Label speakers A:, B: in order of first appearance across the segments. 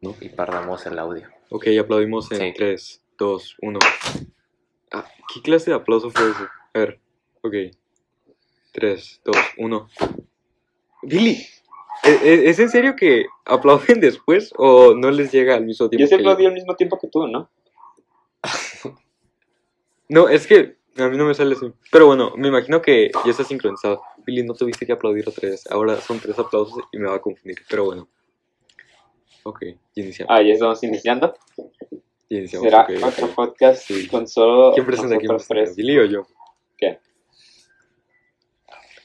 A: ¿no? Y paramos el audio.
B: Ok, aplaudimos en
A: Sí.
B: 3, 2, 1. Ah, ¿Qué clase de aplauso fue ese? A ver, ok. 3, 2, 1. Billy, ¿e- e- ¿es en serio que aplauden después o no les llega al mismo tiempo?
C: Yo
B: que
C: siempre lo di al mismo tiempo que tú, ¿no?
B: No, es que a mí no me sale así. Pero bueno, me imagino que ya está sincronizado. Billy, no tuviste que aplaudir otra vez. Ahora son tres aplausos y me va a confundir. Pero bueno. Ok, ya iniciamos.
C: Ah, ya estamos iniciando.
B: ya iniciamos.
C: Será
B: ok,
C: otro
B: ok.
C: podcast
B: Sí.
C: con solo
B: ¿Quién presenta? ¿Quién
C: nosotros
B: presenta?
C: tres.
B: ¿Billy o yo?
C: ¿Qué?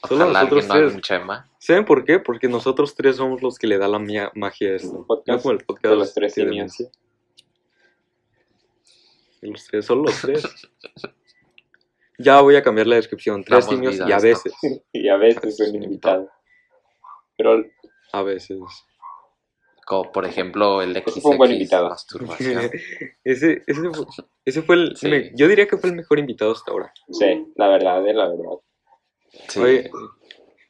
B: Solo
A: Ojalá
B: nosotros
A: alguien no haga
B: tres.
A: un chema.
B: ¿Saben por qué? Porque nosotros tres somos los que le da la mia- magia a esto.
C: Podcast
B: No como el podcast
C: de los tres
B: que
C: simios.
B: denuncia. Los tres, solo los tres. ya voy a cambiar la descripción. Tres
A: Damos
B: simios
A: vida
B: y
A: a
B: a
A: esto.
B: veces.
C: Y a veces
A: Ah,
C: un invitado. Pero
B: A veces.
A: Como por ejemplo el de
C: Ese fue un buen
A: XX,
C: invitado.
A: masturbación.
B: ese, ese, fue, ese fue el.
A: Sí.
B: me- yo diría que fue el mejor invitado hasta ahora.
C: sí, la verdad, es la verdad.
A: Sí.
B: Oye,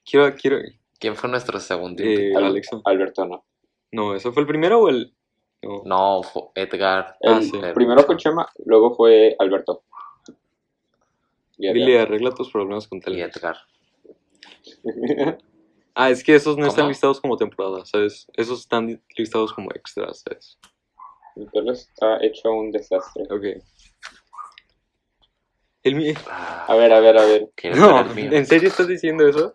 B: quiero. quiero
A: ¿Quién fue nuestro segundo
B: eh,
A: invitado?
C: Al-
B: Alexa.
C: Alberto no.
B: No, ¿eso fue el primero o el.? No.
A: No, fue Edgar.
C: El
B: Ah, sí.
C: primero fue Chema, luego fue Alberto. Y acá.
B: Billy, arregla tus problemas con
A: Y
B: Telegram.
A: Edgar.
B: Ah, es que esos no están
A: ¿Cómo?
B: listados como temporada, ¿sabes? Esos están listados como extras, ¿sabes?
C: Entonces está hecho un desastre.
B: Ok. El mío.
A: Ah,
C: A ver, a ver, a ver.
A: ¿quieres
B: No,
A: ver el mío?
B: ¿en serio estás diciendo eso?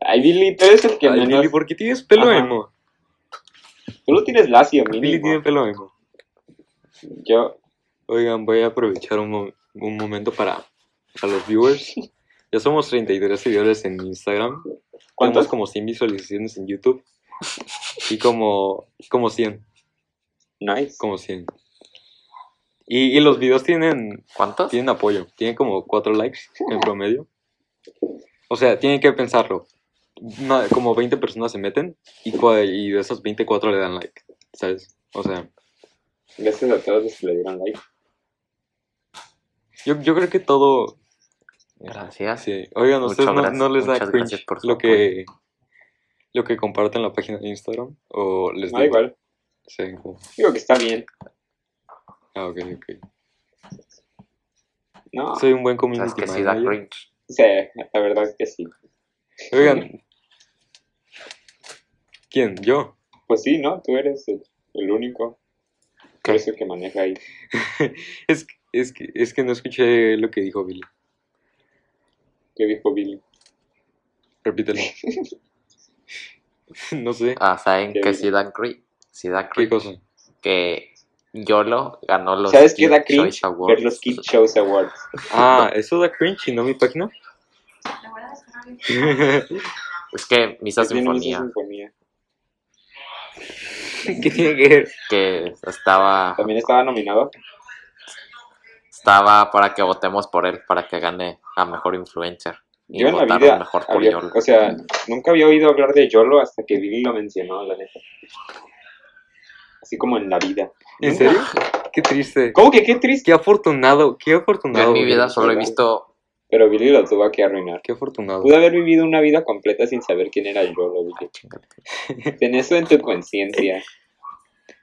C: Ay, Billy, tú eres el que
B: Ay,
C: menos-
B: Billy, ¿por qué tienes pelo
C: Ajá,
B: emo?
C: Tú lo tienes lacio,
B: Billy tiene
C: mínimo.
B: pelo emo.
C: Yo,
B: Oigan, voy a aprovechar un, mo- un momento para, para los viewers. Ya somos 33 seguidores en Instagram.
C: ¿cuántos?
B: Tenemos como 100 visualizaciones en YouTube. Y como, como 100.
C: Nice.
B: Como 100. Y, y los videos tienen
A: ¿Cuántos?
B: tienen apoyo, tienen como 4 likes en promedio. O sea, tienen que pensarlo. Una- como 20 personas se meten y, cua- y de esas 24 le dan like, ¿sabes? O sea,
C: Gracias a todos los que le dieron like.
B: yo, yo creo que todo... Ah,
A: Gracias.
B: Sí. Oigan,
A: Muchas
B: ustedes no,
A: gracias-
B: no les da
A: muchas
B: cringe
A: gracias por su
B: lo, que, lo que comparten en la página de Instagram o les
C: No,
B: da
C: Ah, igual.
B: Sí, como-
C: Digo que está bien.
B: Ah, ok, ok.
C: No,
B: Soy un buen
A: Sabes
B: community
A: que sí da
B: manager.
A: cringe.
C: o sea, la verdad es que sí.
B: Oigan. ¿Quién? ¿Yo?
C: Pues sí, ¿no? Tú eres el, el único. Tú eres el que maneja ahí.
B: Es, que- es, que, es que no escuché lo que dijo Billy.
C: ¿Qué dijo Billy?
B: Repítelo. no sé.
A: Ah, ¿saben
C: Qué
A: que
C: bien.
A: sí da cringe? Sí da
B: ¿Qué
A: cringe.
B: cosa?
A: Que YOLO ganó los
C: ¿Sabes qué
A: Kid
C: da
A: Choice
C: cringe?
A: Awards.
C: Ver los Kid Shows Awards.
B: Ah, eso da cringe y no mi página. ¿Qué
A: Es que Misa
C: Tiene mucha
A: Sinfonía,
C: sinfonía.
B: tiene que ver?
A: que estaba,
C: También estaba nominado.
A: estaba para que votemos por él, para que gane a mejor influencer. Y
C: Yo en la
A: votaron
C: vida.
A: mejor por
C: había-
A: YOLO.
C: o sea, nunca había oído hablar de YOLO hasta que Billy lo mencionó, la neta. Así como en la vida.
B: ¿En serio? Qué triste.
C: ¿Cómo que qué triste?
B: Qué afortunado, qué
A: Yo
B: afortunado.
A: en mi
B: güey.
A: vida solo he
C: ¿verdad?
A: visto.
C: Pero Billy lo tuvo que arruinar.
B: Qué afortunado.
C: Pude haber vivido una vida completa sin saber quién era YOLO,
A: Ah,
C: Billy. Ten eso en tu conciencia.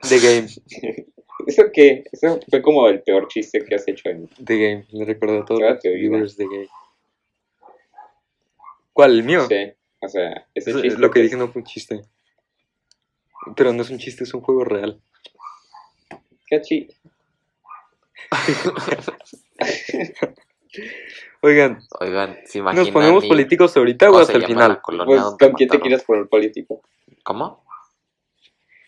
B: The Game,
C: ¿Eso qué? Eso fue como el peor chiste que has hecho en
B: The Game. Le recuerdo a todos
C: Claro,
B: los
C: te digo.
B: viewers The Game. ¿Cuál? ¿El mío?
C: Sí, o sea, ese
B: Eso-
C: chiste.
B: Lo que dije no fue un chiste. Pero no es un chiste, es un juego real.
C: ¿Qué chi-
B: Oigan,
A: Oigan, se imaginan.
B: nos ponemos
A: y-
B: políticos ahorita o
A: ¿cómo se
B: hasta el
A: llama
B: final.
A: la colonia
C: Pues,
A: donde
C: ¿con quién te
A: mataron?
C: quieres poner político?
A: ¿Cómo?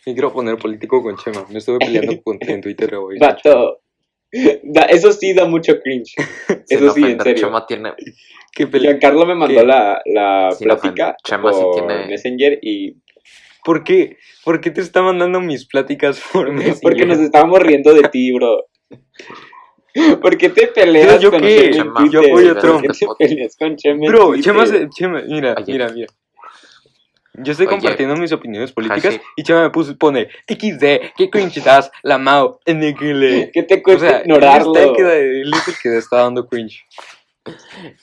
B: Me quiero poner político con Chema. Me estuve peleando con, en Twitter hoy. con Chema.
C: Vato. Da, eso sí da mucho cringe. Eso
A: Sin
C: sí, en
A: ofender,
C: serio.
A: Chema tiene.
B: Qué pelea.
C: Giancarlo me mandó
B: ¿Qué?
C: la, la
A: Sin ofender,
C: plática
A: Chema sí
C: por
A: tiene-
C: Messenger y
B: ¿Por qué? ¿Por qué te está mandando mis pláticas por Messenger?
C: porque nos estábamos riendo de ti, bro. ¿Por qué te peleas
B: ¿Yo
C: con
B: qué?
C: Chema en
A: Chema,
C: Twitter?
B: yo apoyo a
C: ¿Por
B: Trump.
C: qué te peleas con Chema en
B: Bro,
C: Twitter?
B: Chema, se- Chema, mira,
A: Oye.
B: mira, mira. Yo estoy
A: Oye.
B: compartiendo mis opiniones políticas
A: Hashtag.
B: y Chema me puso, pone TXD, qué cringe das, la Mao, enigile.
C: ¿Qué te
B: O
C: cuesta
B: sea,
C: ignorarlo?
B: Él, está el que da- él es el que está dando cringe.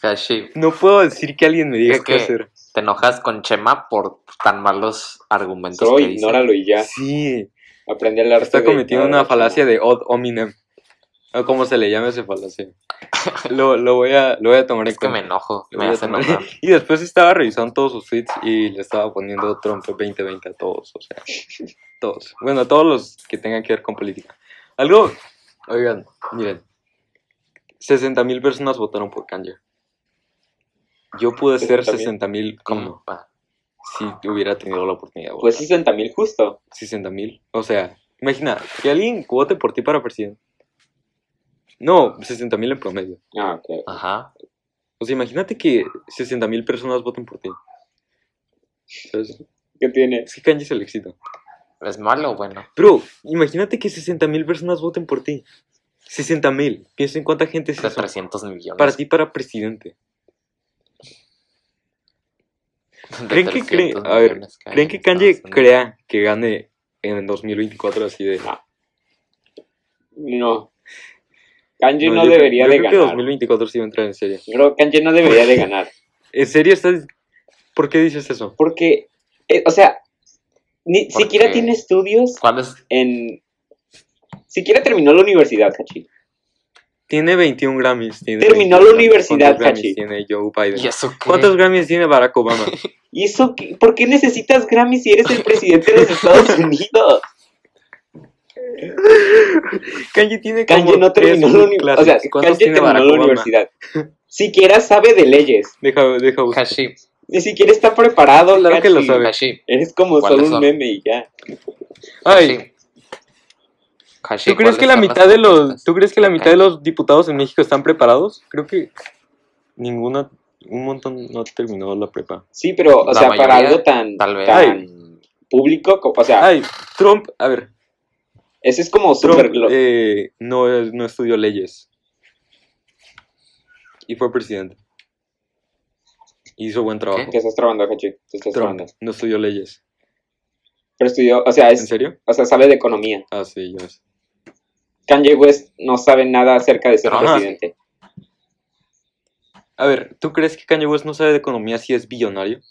A: Hashi,
B: No puedo decir que alguien me diga
A: Es
B: qué
A: que-
B: hacer.
A: Te enojas con Chema por tan malos argumentos
C: Solo
A: que dice.
C: ignóralo y ya.
B: Sí.
C: Aprende el arte.
B: Está
C: de
B: cometiendo
C: ignorar
B: una
C: a
B: falacia de od hominem. O como se le llama esa falacia. Lo, lo voy, a, lo voy a tomar en
A: Es que me
B: cuenta.
A: enojo,
B: Lo
A: me
B: voy a
A: hace
B: tomar-
A: enojar.
B: Y después estaba revisando todos sus tweets y le estaba poniendo Trump 2020 a todos, o sea, todos. Bueno, a todos los que tengan que ver con política. Algo, oigan, miren, 60 mil personas votaron por Kanye. Yo pude ser
C: 60,000.
B: 60 mil, ¿cómo
A: ¿Cómo?
B: no?
A: Ah,
B: Si hubiera tenido la oportunidad de
C: Chema.
B: votar.
C: Pues 60 mil justo.
B: 60 mil. O sea, imagina que alguien vote por ti para presidente. No, 60 mil en promedio.
C: Ah, ok.
A: Ajá.
B: O sea, imagínate que 60 mil personas voten por ti. ¿Sabes?
C: ¿Qué tiene?
B: Es que Kanye es el éxito.
A: ¿Es malo o bueno?
B: Pero, imagínate que 60 mil personas voten por ti. 60 mil. Piensa en cuánta gente es
A: De
B: eso.
A: 300 millones.
B: Para ti, para presidente.
A: De
B: ¿Creen que
A: 300
B: cree- a ver,
A: millones que hay
B: ¿Creen
A: en
B: que Kanye
A: Estados Unidos.
B: crea que gane en el 2024 así de...
C: No. Kanji no,
B: yo creo-
C: debería
B: yo
C: de
B: creo
C: ganar.
B: que 2024 sí va a entrar en serio.
C: Creo que Kanji no debería de ganar.
B: ¿En serio estás...? ¿Por qué dices eso?
C: Porque, eh, o sea, ni
A: ¿Por
C: siquiera
A: qué?
C: tiene estudios
A: ¿Cuál es?
C: en... Siquiera terminó la universidad, Cachi.
B: Tiene 21 Grammys. tiene 21
C: Terminó la
B: Grammys.
C: universidad,
B: ¿Cuántos Grammys
C: Cachi.
B: tiene Joe Biden?
A: ¿Y eso qué?
B: ¿Cuántos Grammys tiene Barack Obama?
C: ¿Y eso qué? ¿Por qué necesitas Grammy si eres el presidente de los Estados Unidos?
B: Kanye tiene como
C: Kanji no
B: tres
C: terminó la universidad. O
B: subclases.
C: sea,
B: ¿Cuántos
C: Kanji terminó la
B: Barack Obama?
C: universidad. Siquiera sabe de leyes.
B: Deja, deja buscar.
A: Hashi,
C: Ni siquiera está preparado,
B: Claro que lo
C: Cachi.
B: sabe.
A: Hashi,
C: Eres como
A: ¿Cuáles
C: solo un
A: son?
C: meme y ya.
B: Ay,
A: Hashi.
B: ¿tú crees que la mitad de los, ¿tú crees que la
A: Ok.
B: mitad de los diputados en México están preparados? Creo que ninguna, un montón no terminó la prepa.
C: Sí, pero, o
A: La
C: sea, para
A: mayoría,
C: algo tan,
A: Tal vez.
C: tan público, como- o sea,
B: Ay, Trump, a ver,
C: eso es como
B: Trump
C: súper... glo-
B: eh, no, no estudió leyes. Y fue presidente. Hizo buen trabajo.
C: Te estás trabando, Hachi. Te estás
B: Trump
C: trabando.
B: no estudió leyes.
C: Pero estudió, o sea,
B: ¿En
C: es,
B: serio?
C: o sea, sabe de economía.
B: Ah, sí, yo sé.
C: Kanye West no sabe nada acerca de ser
A: Ajá.
C: presidente.
B: A ver, ¿tú crees que Kanye West no sabe de economía si es billonario?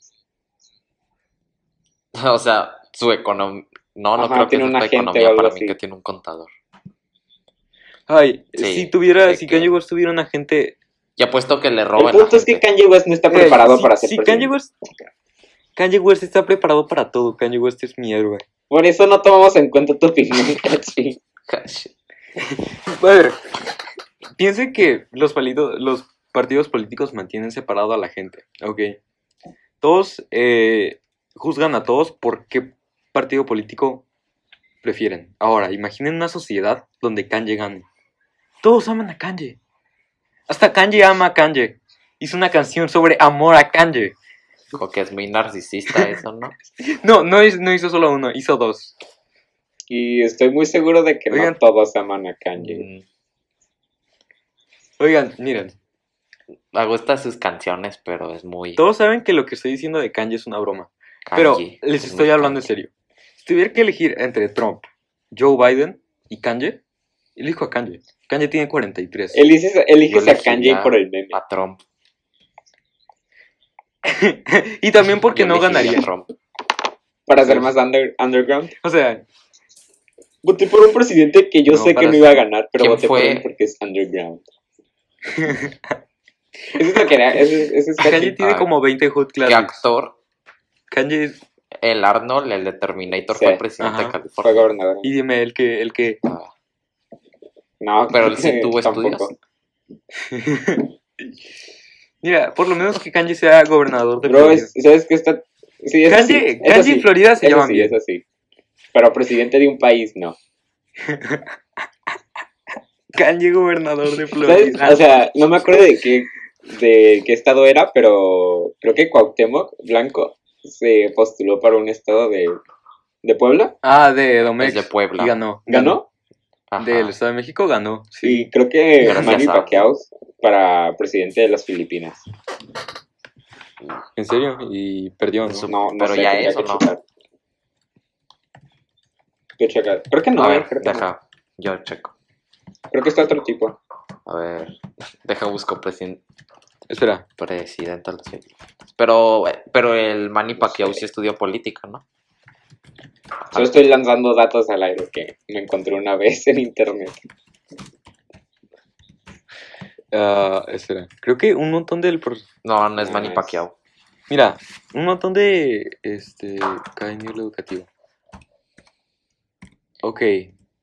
A: O sea, su economía. No, no
C: Ajá,
A: creo que
C: tiene
A: sea
C: un
A: su
C: agente o
A: economía
C: algo
A: para mí
C: así.
A: que tiene un contador.
B: Ay,
A: Sí,
B: si tuviera,
A: de
B: si
A: que-
B: Kanye West tuviera una gente...
A: Y apuesto que le
C: El
A: roban.
C: punto es que Kanye West no está preparado
B: si,
C: para ser
B: si
C: presidente.
B: Eh, Kanye West... Kanye West está preparado para todo. Kanye West es mi héroe.
C: Por eso no tomamos en cuenta tu opinión, Hachi.
B: A ver, piensen que los, palito- los partidos políticos mantienen separado a la gente, ¿ok? Todos eh, juzgan a todos por qué partido político prefieren. Ahora, imaginen una sociedad donde Kanye gane. Todos aman a Kanye. Hasta Kanye ama a Kanye. Hizo una canción sobre amor a Kanye.
A: Como que es muy narcisista eso, ¿no?
B: No, no, hizo- no hizo solo uno, hizo dos.
C: Y estoy muy seguro de que no
B: Oigan.
C: todos aman a
A: Mm,
C: Kanye.
B: Oigan, miren,
A: Me gustan sus canciones, pero es muy.
B: todos saben que lo que estoy diciendo de Kanye es una broma.
C: Ah,
B: Pero
A: kanji,
B: les
A: es
B: estoy
A: muy
B: hablando en
A: kanji.
B: serio. Si tuviera que elegir entre Trump, Joe Biden y Kanye, elijo a Kanye. Kanye tiene 43.
C: Eliges, eliges
A: Yo
C: a Kanye
A: elegiría
C: por el meme.
A: A Trump.
B: y también porque
A: Yo
B: no
A: elegiría a
B: ganaría.
A: Trump.
C: Para ser más under- underground.
B: O sea,
C: Voté por un presidente que yo
B: No,
C: sé que
B: para
C: no
B: ser-
C: iba a ganar, pero
A: ¿Quién
B: bueno,
C: voté por
A: fue?
C: él porque es underground. eso es lo que era. Eso es, eso es
B: Kanye
C: Kanye.
B: tiene
A: Ah.
B: como 20 hood
A: ¿Qué
B: classics.
A: actor?
B: Kanye es-
A: El Arnold, el de Terminator,
C: Sí,
A: fue presidente
B: ajá.
A: de
C: Fue
A: California.
C: gobernador.
B: y dime el que el que
A: Ah,
C: No,
A: Pero él sí tuvo estudios.
B: Mira, por lo menos que Kanye sea gobernador de
C: Bro,
B: Florida.
C: es- ¿sabes qué está? Sí, eso
B: Kanye,
C: sí, eso
B: Kanye
C: sí,
B: y Florida se
C: eso
B: llaman
C: sí,
B: bien.
C: eso sí. Pero presidente de un país, no.
B: Kanye gobernador de
C: ¿Sabes?
B: Florida.
C: O sea, no me acuerdo de qué, de qué estado era, pero creo que Cuauhtémoc Blanco se postuló para un estado de, de Puebla.
B: ah, de Domex.
A: Es de Puebla.
B: Y ganó.
C: ¿Ganó?
A: ajá.
B: Del Estado de México ganó. Sí.
C: Y creo que
A: Gracias
C: Manny
A: a-
C: Pacquiao para presidente de las Filipinas.
B: ¿En serio? Y perdió, ¿no?
A: Su-
C: No, no
A: Pero
C: sé,
A: ya
C: tendría
A: es,
C: que
A: ¿o no?
C: checar. Yo checar. Creo que no,
A: A
C: eh,
A: ver,
C: creo, que no.
A: deja. Yo checo.
C: Creo que está otro tipo.
A: A ver. Deja busco presidente.
B: Espera.
A: Presidente de las Filipinas. Pero, pero el Manny Pacquiao sí estudió política, ¿no?
C: Solo estoy lanzando datos al aire que me encontré una vez en internet.
B: Ah, espera. Creo que un montón del. pro-
A: No, no es
C: No,
A: Manny
C: es-
A: Pacquiao.
B: Mira, un montón de. Este. Cada nivel educativo. Ok.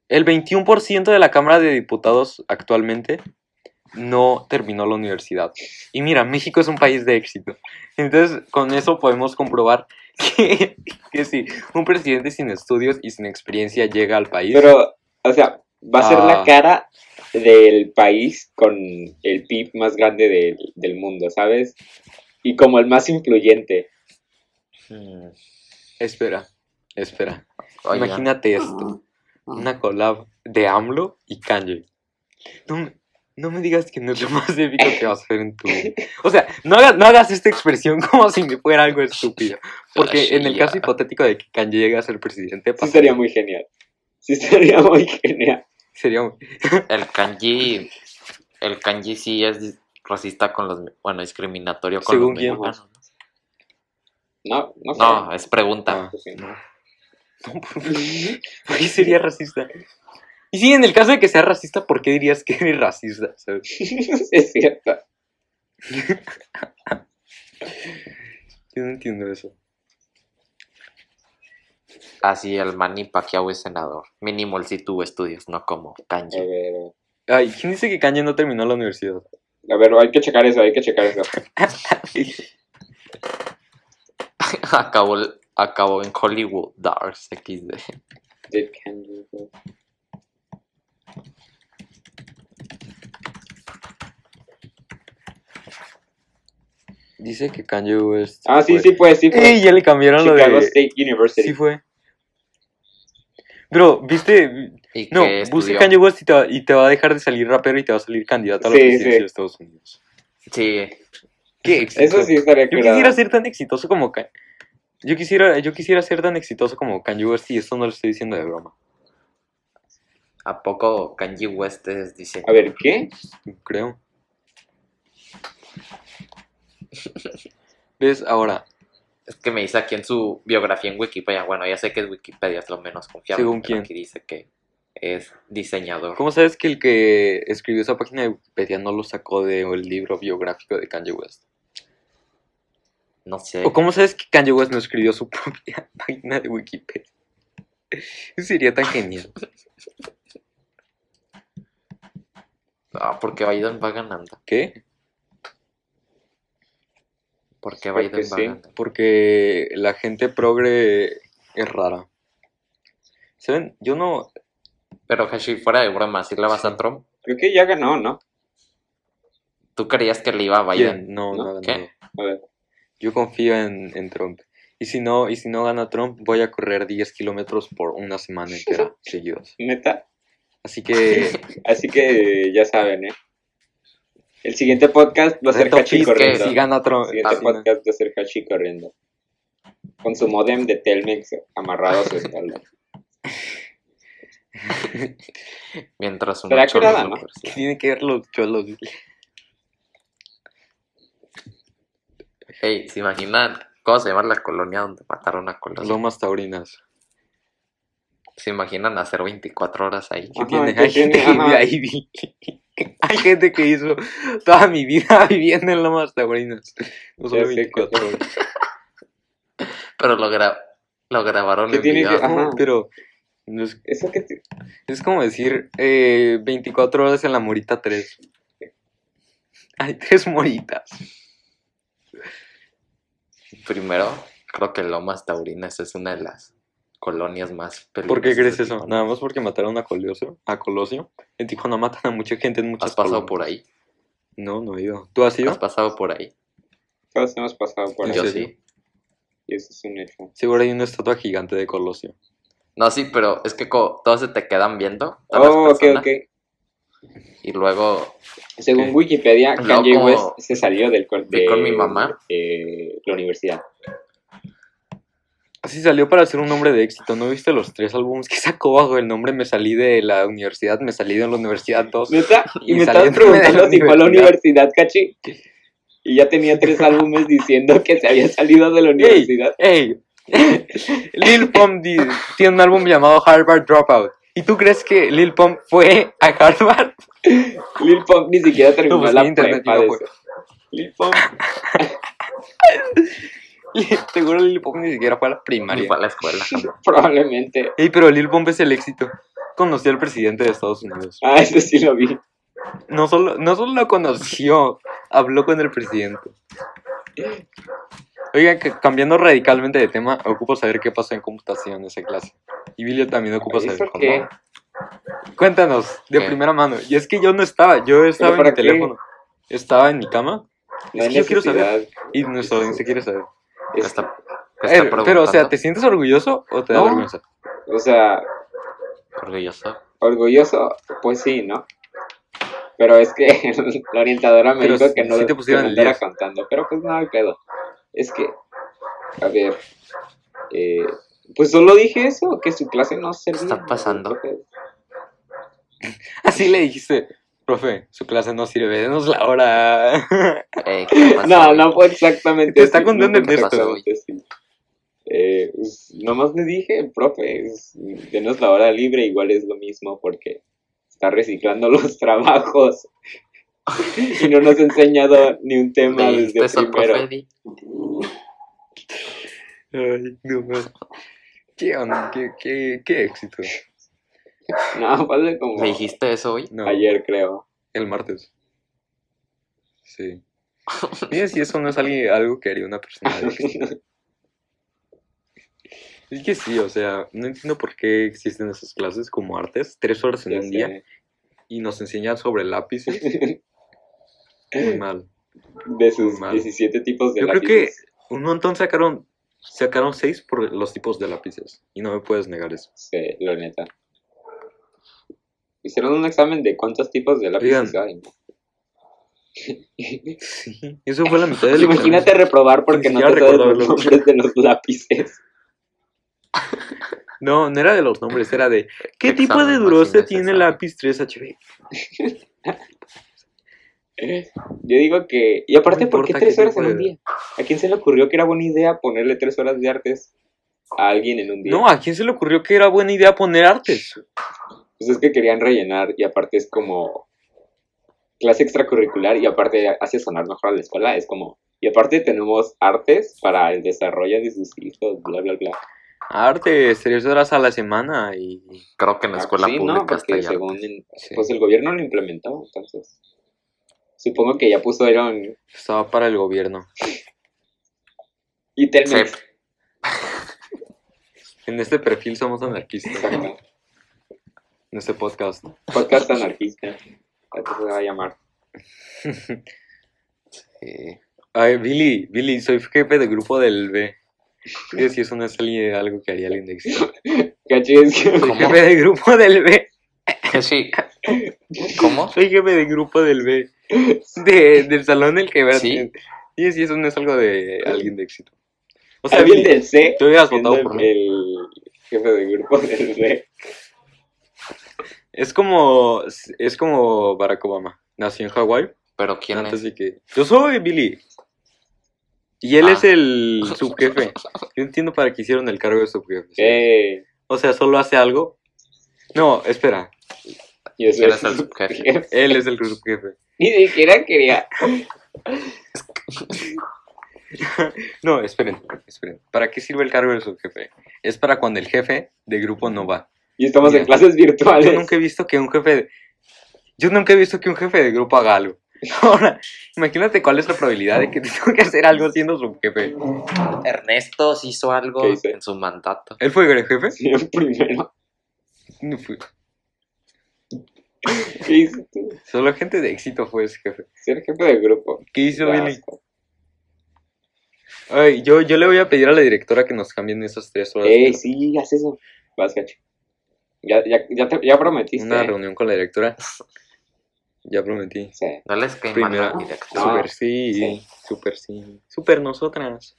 B: El 21% de la Cámara de Diputados actualmente no terminó la universidad. Y mira, México es un país de éxito. Entonces, con eso podemos comprobar que, que si un presidente sin estudios y sin experiencia llega al país.
C: Pero, o sea, va a ser
B: Ah.
C: la cara del país con el PIB más grande del, del mundo, ¿sabes? Y como el más influyente.
A: Hmm.
B: Espera, espera.
A: Oigan,
B: Imagínate esto. Una collab de AMLO y Kanye. No me, no me digas que no es lo más épico que vas a hacer en tu vida. O sea, no hagas, no hagas esta expresión como si me fuera algo estúpido. Porque en el caso hipotético de que Kanye llegue a ser presidente, pues,
C: Sí
B: pasaría-
C: sería muy genial. Sí sería muy genial.
B: sería un-
A: el kanji, el kanji sí es dis- racista con los, bueno, discriminatorio con
B: Según
A: los
B: quién, pues.
A: mexicanos.
C: No, no Pues
A: No, eh. es pregunta.
B: Ah, no. No, ¿Por qué sería racista? Y sí, en el caso de que sea racista, ¿por qué dirías que eres racista? ¿Sabes?
C: creo. Sí, es cierto.
B: Yo no entiendo eso.
A: Así el Manny Pacquiao es senador. Mínimo él sí tuvo estudios, no como
C: A
B: Eh.
A: Kanji.
C: ver,
B: Ay, ¿quién dice que Kanye no terminó la universidad?
C: a ver, hay que checar eso, hay que checar eso.
A: acabó, el- acabó en Hollywood Darks XD.
C: Did Kanye go-
B: Dice que Kanye West.
C: Ah, sí,
B: fue-
C: sí, pues, sí,
B: Ey,
C: pues.
B: ya le cambiaron lo
C: Chicago
B: de.
C: State University.
B: Sí fue. Pero, viste.
A: ¿Y
B: No,
A: qué
B: busca
A: estudió?
B: Kanye West y te, va, y te va a dejar de salir rapero y te va a salir candidato a la
C: Sí,
B: presidencia
C: sí.
B: de Estados Unidos.
A: Sí,
B: Qué éxito.
C: Eso sí estaría
B: Yo
C: curado.
B: quisiera ser tan exitoso como Kanye. Yo quisiera, yo quisiera ser tan exitoso como Kanye West y esto no lo estoy diciendo de broma.
A: ¿a poco Kanji West es diseño?
C: A ver, ¿qué?
B: Creo. ¿Ves? Ahora,
A: Es que me dice aquí en su biografía en Wikipedia. Bueno, ya sé que es Wikipedia, es lo menos confiable.
B: ¿Según
A: pero
B: quién?
A: Aquí dice que es diseñador.
B: ¿cómo sabes que el que escribió esa página de Wikipedia no lo sacó del libro biográfico de Kanye West?
A: No sé.
B: ¿O cómo sabes que Kanye West no escribió su propia página de Wikipedia? Eso sería tan genial.
A: Ah, porque Biden va ganando.
B: ¿Qué?
A: Porque
C: Porque
A: Biden va
C: sí.
A: ganando.
B: Porque la gente progre es rara. ¿Saben? Yo no...
A: Pero Hashi, fuera de broma, si le vas a Trump,
C: Creo que ya ganó, ¿no?
A: ¿tú creías que le iba a Biden?
B: ¿Quién? No, no,
C: ¿No?
B: no.
A: ¿Qué?
C: A ver.
B: Yo confío en, en Trump. Y si, no, y si no gana Trump, voy a correr 10 kilómetros por una semana entera seguidos.
C: Neta.
B: Así que...
C: Así que ya saben, ¿eh? El siguiente podcast va a ser
B: reto
C: Hachi
B: Fisk, que
C: corriendo.
B: si gana Trump...
C: El siguiente
B: si no-
C: podcast va a ser Hachi corriendo. Con su modem de Telmex amarrado a su espalda.
A: Mientras un
C: Será
A: ocho
C: curada,
A: lo
C: ¿no?
B: ¿Qué
A: persigue.
B: tiene que ver los cholos?
A: Ey, ¿se imaginan cómo se llama la colonia donde mataron a Colosio?
B: Lomas taurinas.
A: ¿Se imaginan hacer 24 horas ahí?
C: Ajá,
B: tiene,
C: ¿qué
B: hay
C: tiene?
B: gente que vive
C: Ajá.
B: ahí. vi- Hay gente que hizo toda mi vida viviendo en Lomas Taurinas. No solo
C: Ya sé que
B: 24 horas.
A: Pero lo, gra- lo grabaron
C: ¿Qué
A: en
C: tiene que-
A: video.
C: Ajá.
B: Pero no es,
C: Eso que te-
B: es como decir eh, 24 horas en la morita 3. Hay tres moritas.
A: Primero, creo que Lomas Taurinas es una de las colonias más peligrosas.
B: ¿Por qué crees
A: de
B: eso?
A: Tijuana.
B: Nada más porque mataron a Colosio. A Colosio. En Tijuana matan a mucha gente en muchas
A: ¿Has pasado
B: colonias.
A: por ahí?
B: No, no he ido. ¿Tú has
A: ¿Has
B: ido?
A: pasado por ahí?
C: Todos hemos pasado por
B: ¿En
C: eso.
A: Yo
B: serio?
A: sí.
C: Y eso es un hecho.
B: Seguro hay una estatua gigante de Colosio.
A: No, sí, pero es que co- todos se te quedan viendo. todas las
C: Oh, ok,
A: personas,
C: ok.
A: Y luego,
C: Según
B: Ok.
C: Wikipedia,
A: Luego
C: Kanye
A: como-
C: West se salió del cor-
A: Vi
C: de-
A: con mi mamá.
C: de la universidad.
B: Así salió para ser un hombre de éxito. ¿No viste los tres álbumes que sacó bajo el nombre Me salí de la universidad, me salí de la universidad 2?
C: ¿Neta? Y
B: Y
C: me estabas
B: saliéndome de la
C: preguntando si fue a la
B: universidad.
C: universidad, Cachi. Y ya tenía tres álbumes diciendo que se había salido de la universidad.
B: ¡Ey! Lil Pump di- tiene un álbum llamado Harvard Dropout. ¿Y tú crees que Lil Pump fue a Harvard?
C: Lil Pump ni siquiera terminó
B: No, pues,
C: la
B: ni internet
C: prepa
B: ni
C: de
B: no
C: eso. Lil Pump.
B: Seguro Lil Pump ni siquiera fue a la
A: Ni
B: primaria.
A: fue a la escuela. jamás.
C: Probablemente.
B: Ey, pero Lil Pump es el éxito. Conoció al presidente de Estados Unidos.
C: Ah, ese sí lo vi.
B: No solo, no solo lo conoció, habló con el presidente. Oigan, que cambiando radicalmente de tema, ocupo saber qué pasó en computación en esa clase. Y Bilio también ocupa
C: ¿Eso
B: saber.
C: qué?
A: ¿no?
B: Cuéntanos, de
A: ¿Qué?
B: primera mano. Y es que yo no estaba, yo estaba en
C: para
B: mi
C: qué?
B: teléfono. Estaba en mi cama
C: No
B: Es
C: hay
B: que yo quiero saber.
C: necesidad.
B: y nuestra audiencia quiere saber.
A: ¿Qué
C: Es-
A: está, qué está
B: Eh, pero, o sea,
A: preguntando?
B: ¿te sientes orgulloso o te da
C: No.
B: vergüenza?
C: O sea,
A: Orgulloso.
C: orgulloso, pues sí, ¿no? Pero es que la orientadora me
B: Pero
C: dijo
B: si-
C: que no,
B: si te pusieron
C: que no
B: el
C: andara
B: 10.
C: cantando, pero pues nada, pedo. Es que, a ver, eh, pues solo dije eso, que su clase no servía.
A: está pasando?
C: Entonces,
B: Así le dijiste, profe, su clase no sirve, denos la hora.
A: Eh, ¿qué pasa?
C: No, no fue exactamente
B: Te está
C: así,
B: contando
C: no
B: el
C: fue
A: texto,
C: exactamente así. Eh, pues, nomás le dije, profe, es- denos la hora libre, igual es lo mismo porque está reciclando los trabajos y no nos ha enseñado ni un tema
A: Le dijiste
C: pues,
A: eso
C: desde
A: al
C: primero.
A: profe, Eddie.
B: Ay, no más. ¿Qué onda? ¿Qué, qué, qué éxito?
C: No, fue como
A: ¿Le dijiste eso hoy?
B: No,
C: ayer, creo.
B: el martes. Sí. Mira si eso no es alguien- algo que haría una persona. de éxito. Es que sí, o sea, no entiendo por qué existen esas clases como artes, tres horas en
C: Ya
B: un día,
C: sé.
B: y nos enseñan sobre lápices. Muy mal.
C: De sus
B: Mal.
C: 17 tipos de
B: Yo creo que
C: lápices.
B: un montón sacaron, sacaron seis por los tipos de lápices, y no me puedes negar eso.
C: Sí, lo neta. Hicieron un examen de cuántos tipos de lápices
B: Oigan.
C: hay. ¿no?
B: Sí, eso fue la mitad del examen.
C: Pues Imagínate reprobar porque
B: pues, Ni
C: no
B: siquiera
C: te sabes los
B: recordarlo.
C: nombres de los lápices.
B: No, no era de los nombres, era de ¿qué
A: Examen,
B: tipo
A: más
B: de duroce
A: innecesario.
B: tiene el lápiz 3HB?
C: Yo digo que. Y aparte,
B: No
C: ¿por qué
B: importa
C: tres
B: qué
C: horas en
B: tipo
C: un
B: de-
C: día? ¿A quién se le ocurrió que era buena idea ponerle tres horas de artes a alguien en un día?
B: No, ¿a quién se le ocurrió que era buena idea poner artes?
C: Pues es que querían rellenar y aparte es como clase extracurricular y aparte hace sonar mejor a la escuela. Es como. Y aparte tenemos artes para el desarrollo de sus hijos, bla, bla, bla.
B: Artes, tres horas a la semana y...
A: Creo que en la
C: Ah,
A: escuela
C: sí,
A: pública
C: ¿no? Porque
A: hasta allá.
C: según en-
B: Sí.
C: pues el gobierno lo implementó, entonces. Supongo que ya pusieron
B: Estaba para el gobierno.
C: y Telmex.
A: Sí.
B: En este perfil somos anarquistas. En
C: Exacto.
B: este podcast.
C: Podcast anarquista. Así se va a llamar.
A: Sí.
B: Eh, Ay, Billy, Billy, soy jefe de grupo del B. Creo si eso no es alguien- algo que haría el index.
C: ¿Caché? Es que-
B: Soy
A: ¿Cómo?
B: jefe de grupo del B.
A: Sí. ¿Cómo?
B: Soy jefe de grupo del B. De- del salón del que
A: Sí.
B: Y si eso no es algo de alguien de éxito. O sea,
C: ¿Alguien
B: Billy,
C: del C?
B: tú hubieras
C: siendo
B: votado por
C: el,
B: mí.
C: jefe de grupo del C.
B: Es como, es como Barack Obama. Nació en Hawái.
A: ¿Pero quién
B: antes
A: es?
B: de que... Yo soy Billy. Y él
A: Ah.
B: es el subjefe. Yo entiendo para qué hicieron el cargo de subjefe.
C: Eh,
B: O sea, solo hace algo. No, espera.
C: yo soy
A: ¿Quién es el subjefe?
C: jefe.
B: Él es el subjefe.
C: Ni siquiera quería.
B: No, esperen, esperen. ¿Para qué sirve el cargo de subjefe? Es para cuando el jefe de grupo no va.
C: Y estamos en
B: Ya.
C: clases virtuales.
B: Yo nunca he visto que un jefe... de- Yo nunca he visto que un jefe de grupo haga algo. Ahora, imagínate cuál es la probabilidad de que te toque hacer algo siendo subjefe.
A: Ernesto sí hizo algo
C: ¿Qué hice?
A: en su mandato.
B: ¿Él fue el jefe?
C: Sí, el primero.
B: No fue.
C: ¿Qué hiciste? tú?
B: Solo gente de éxito fue ese jefe.
C: Ser jefe de grupo.
B: ¿Qué hizo
C: Da
B: Billy?
C: asco.
B: Ay, yo, yo le voy a pedir a la directora que nos cambien esas tres horas.
C: Ey, sí, haz eso. Vas, Cacho. Ya, ya, ya, te- ya prometiste.
B: Una
C: ¿eh?
B: reunión con la directora. Ya prometí.
C: Sí.
A: No les queman
B: Primera.
A: a la directora.
B: Super sí,
C: Ah, sí.
B: super sí. Super nosotras.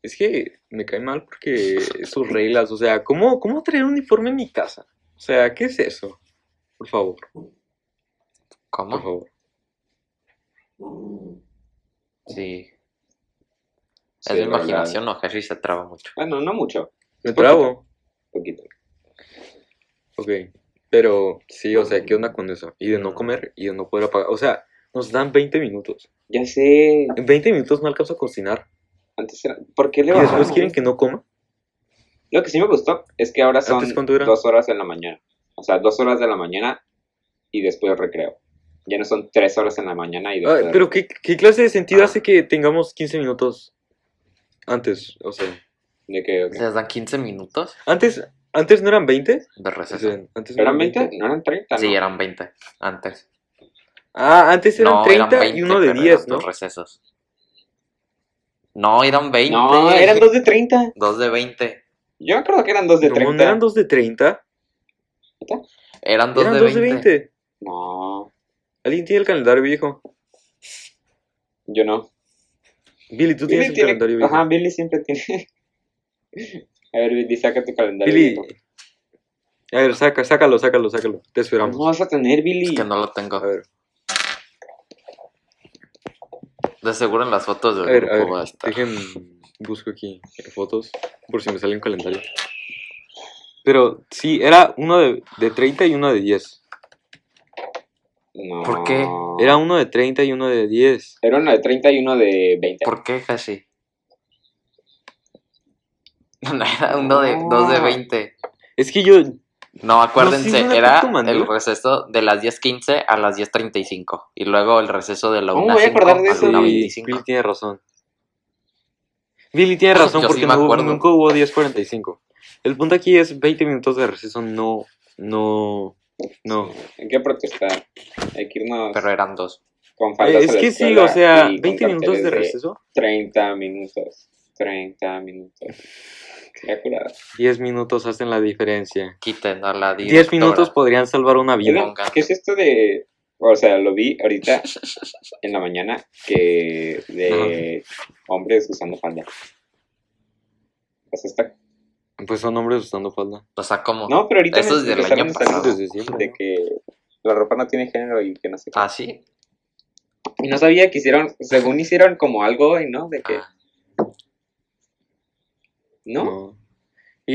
B: Es que me cae mal porque sus reglas, o sea, ¿cómo, ¿cómo traer un uniforme en mi casa? O sea, ¿qué es eso? Por favor, por
C: Ah.
A: ¿Cómo?
B: favor.
A: Sí.
C: Sí,
A: es de
C: la verdad.
A: imaginación, no, Harry se traba mucho.
C: Bueno, no mucho,
B: Me trabo.
C: poquito.
B: Ok. Pero sí, o sea, ¿qué onda con eso? Y
C: Ah.
B: de no comer y de no poder apagar. O sea, nos dan 20 minutos.
C: Ya sé,
B: En 20 minutos no alcanzo a cocinar.
C: antes era... ¿Por qué
B: Y
C: le
B: después
C: bajamos?
B: quieren que no coma.
C: Lo que sí me gustó es que ahora son
B: ¿Antes Ah, cuánto era?
C: dos horas en la mañana. O sea, dos horas de la mañana y después recreo. Ya no son tres horas en la mañana y después...
B: Ah, pero ¿qué, qué clase de sentido
A: Ah.
B: hace que tengamos 15 minutos antes? O sea,
C: ¿De qué? ¿O qué?
A: Les dan 15 minutos
B: antes, antes no eran 20.
A: de
B: O sea,
A: receso. Sí,
B: antes no
C: ¿Eran 20? No eran 30, ¿no?
A: eran 20 antes.
B: Ah, antes eran
A: no,
B: 30
A: eran 20,
B: y uno de
A: pero eran
B: 10, ¿no?
A: Dos recesos. No, eran 20.
C: No, eran dos de 30.
A: Dos de 20.
C: Yo me acuerdo que eran dos de
B: No,
C: 30.
B: no eran 2 de 30.
A: Eran dos
B: eran
A: de
B: 2
A: 20.
B: de 20.
C: No,
B: ¿Alguien tiene el calendario viejo?
C: yo no.
B: Billy, tú tienes
C: Billy
B: el
C: tiene-
B: calendario viejo.
C: Ajá, Billy siempre tiene... A ver, Billy, saca tu calendario.
B: Billy.
C: viejo.
B: A ver, saca, sácalo, sácalo, sácalo. Te esperamos.
C: No vas a tener, Billy.
A: Es que no lo
B: A
A: tengo.
B: ver,
A: De seguro en las fotos
B: a
A: del
B: ver, a
A: grupo va a
B: ver.
A: estar.
B: Dejen, busco aquí fotos por si me sale un calendario. Pero sí, era uno de, de 30 y uno de 10.
C: No.
A: ¿Por qué?
B: Era uno de 30 y uno de 10.
C: Era uno de 30 y uno de 20.
A: ¿Por qué, Hashi? No, era uno de, dos de 20.
B: Es que yo,
A: No, acuérdense,
B: una
A: era
B: puta manera.
C: ¿eh?
A: el receso de las 10.15 a las 10.35. Y luego el receso de la
C: ¿Cómo
A: 1.05
C: voy a acordar de
A: a
C: eso?
A: la
B: Sí,
A: 1.25.
B: Billy tiene razón. Billy tiene razón
A: Yo
B: porque
A: sí me
B: no hubo-
A: acuerdo.
B: nunca hubo 10.45. El punto aquí es 20 minutos de receso. No, no, no.
C: Hay que protestar. Hay que irnos
A: Pero eran dos.
C: con
B: Eh,
C: faldas a
B: es
C: la
B: que sí,
C: escuela
B: o sea,
C: y con
B: 20 minutos
C: carteles
B: de receso,
C: 30 minutos. 30 minutos. Sería curada.
B: 10 minutos hacen la diferencia.
A: Quiten a la
B: 10
A: directora.
B: minutos podrían salvar una vida.
A: Era-
C: Oigan, ¿Qué es esto de.? O sea, lo vi ahorita en la mañana que de hombres usando falda. O sea, está...
B: Pues son hombres usando falda.
A: O sea, ¿cómo?
C: No, pero ahorita
A: Eso es del
C: empezaron
A: año
C: a salir
A: pasado.
B: Desde siempre.
C: de que la ropa no tiene género y que no sé qué.
A: ¿Ah, sí?
C: Y no sabía que hicieron, según hicieron como algo, y ¿no? De que,
A: Ah,
C: ¿no?
B: No. Y,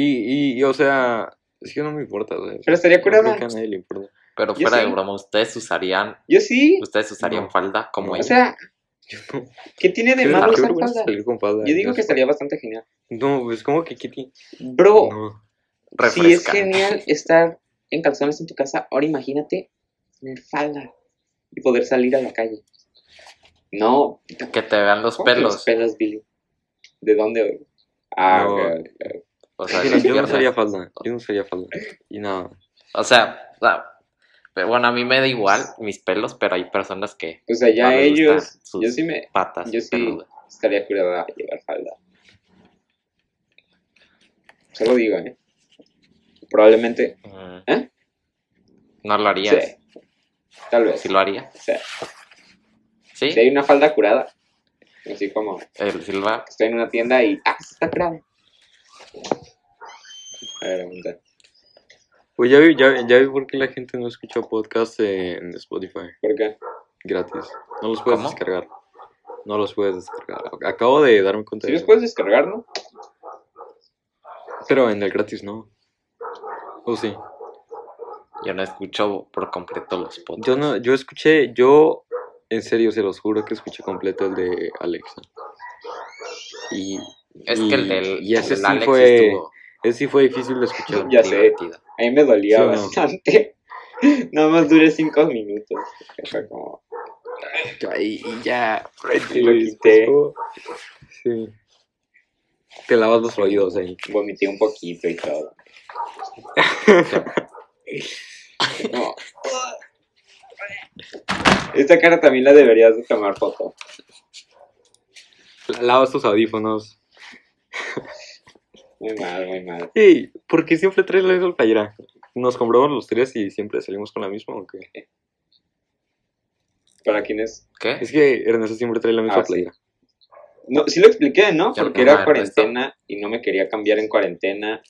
B: y, y, o sea, es que no me importa. o sea,
C: Pero estaría
B: no creo
C: curada.
B: que a nadie le importa.
A: pero
C: Yo
A: fuera de
C: sí.
A: broma, ¿ustedes usarían,
C: Yo sí.
A: ustedes usarían
B: No.
A: falda como
B: No.
C: O
A: ellos?
C: sea, ¿qué tiene de
B: Qué
C: malo usar
B: vergüenza
C: falda?
B: salir con falda.
C: Yo
B: Ya
C: digo
B: sé.
C: que estaría Oh. bastante genial.
B: No, pues como que Kitty.
C: Bro,
B: No.
C: si es
A: Refrescan.
C: genial estar en calzones en tu casa, ahora imagínate tener falda y poder salir a la calle. No,
A: que te vean los
C: ¿cómo que
A: pelos.
C: pelos, Billy. ¿De dónde? Ah,
B: No.
C: ok, ok.
A: O sea,
B: Miren,
A: las
B: yo no
A: piernas.
B: usaría falda. Yo no usaría falda. Y nada.
A: O sea, o sea, pero bueno, a mí me da igual mis pelos, pero hay personas que
C: o sea, ya
A: No les
C: ellos,
A: gustan sus-
C: yo sí me
A: patas
C: Yo sí.
A: peludas.
C: estaría curada llevar falda. Se lo digo, ¿eh? Probablemente,
A: Mm.
C: ¿Eh?
A: No lo harías.
C: Sí. tal vez.
A: Si lo haría.
C: O sea,
A: Sí.
C: Si hay una falda curada, así como que
A: El Silva.
C: estoy en una tienda y ¡ah! Está curada. A ver, aguanta.
B: Pues ya vi, ya, vi- ya vi por qué la gente no escucha podcast en Spotify.
C: ¿Por qué?
B: Gratis. No los puedes
A: ¿Cómo?
B: descargar. No los puedes descargar. Acabo de darme cuenta
C: Si
B: de
C: los
B: eso.
C: puedes descargar, ¿no?
B: Pero en el gratis no. O sí.
A: Yo no escucho por completo los podcasts.
B: Yo no, yo escuché, yo en serio se los juro que escuché completo el de Alexa. Y
A: Es
B: y-
A: que el del
B: y ese
A: el
B: sí
A: Alex
B: fue-
A: estuvo
B: ese sí fue difícil de escuchar.
C: Ya sé.
A: divertido.
C: A mí me dolía
B: Sí, no.
C: bastante. Nada más duré cinco minutos. Fue como,
B: Y, y ya.
C: Y lo quité.
B: Sí. Te lavas los oídos ahí.
C: vomité un poquito y todo. Fue como, Esta cara también la deberías de tomar foto.
B: La- Lavas tus audífonos.
C: Muy mal, muy mal.
B: Ey, ¿por qué siempre traes la misma playera? Nos compramos los tres y siempre salimos con la misma, ¿o qué?
C: Para quienes...
A: ¿Qué?
B: Es que Ernesto siempre trae la misma
C: Ah, sí.
B: playera.
C: No, sí lo expliqué, ¿no?
A: Ya,
C: Porque
A: no,
C: era
A: el resto.
C: cuarentena y no me quería cambiar en cuarentena.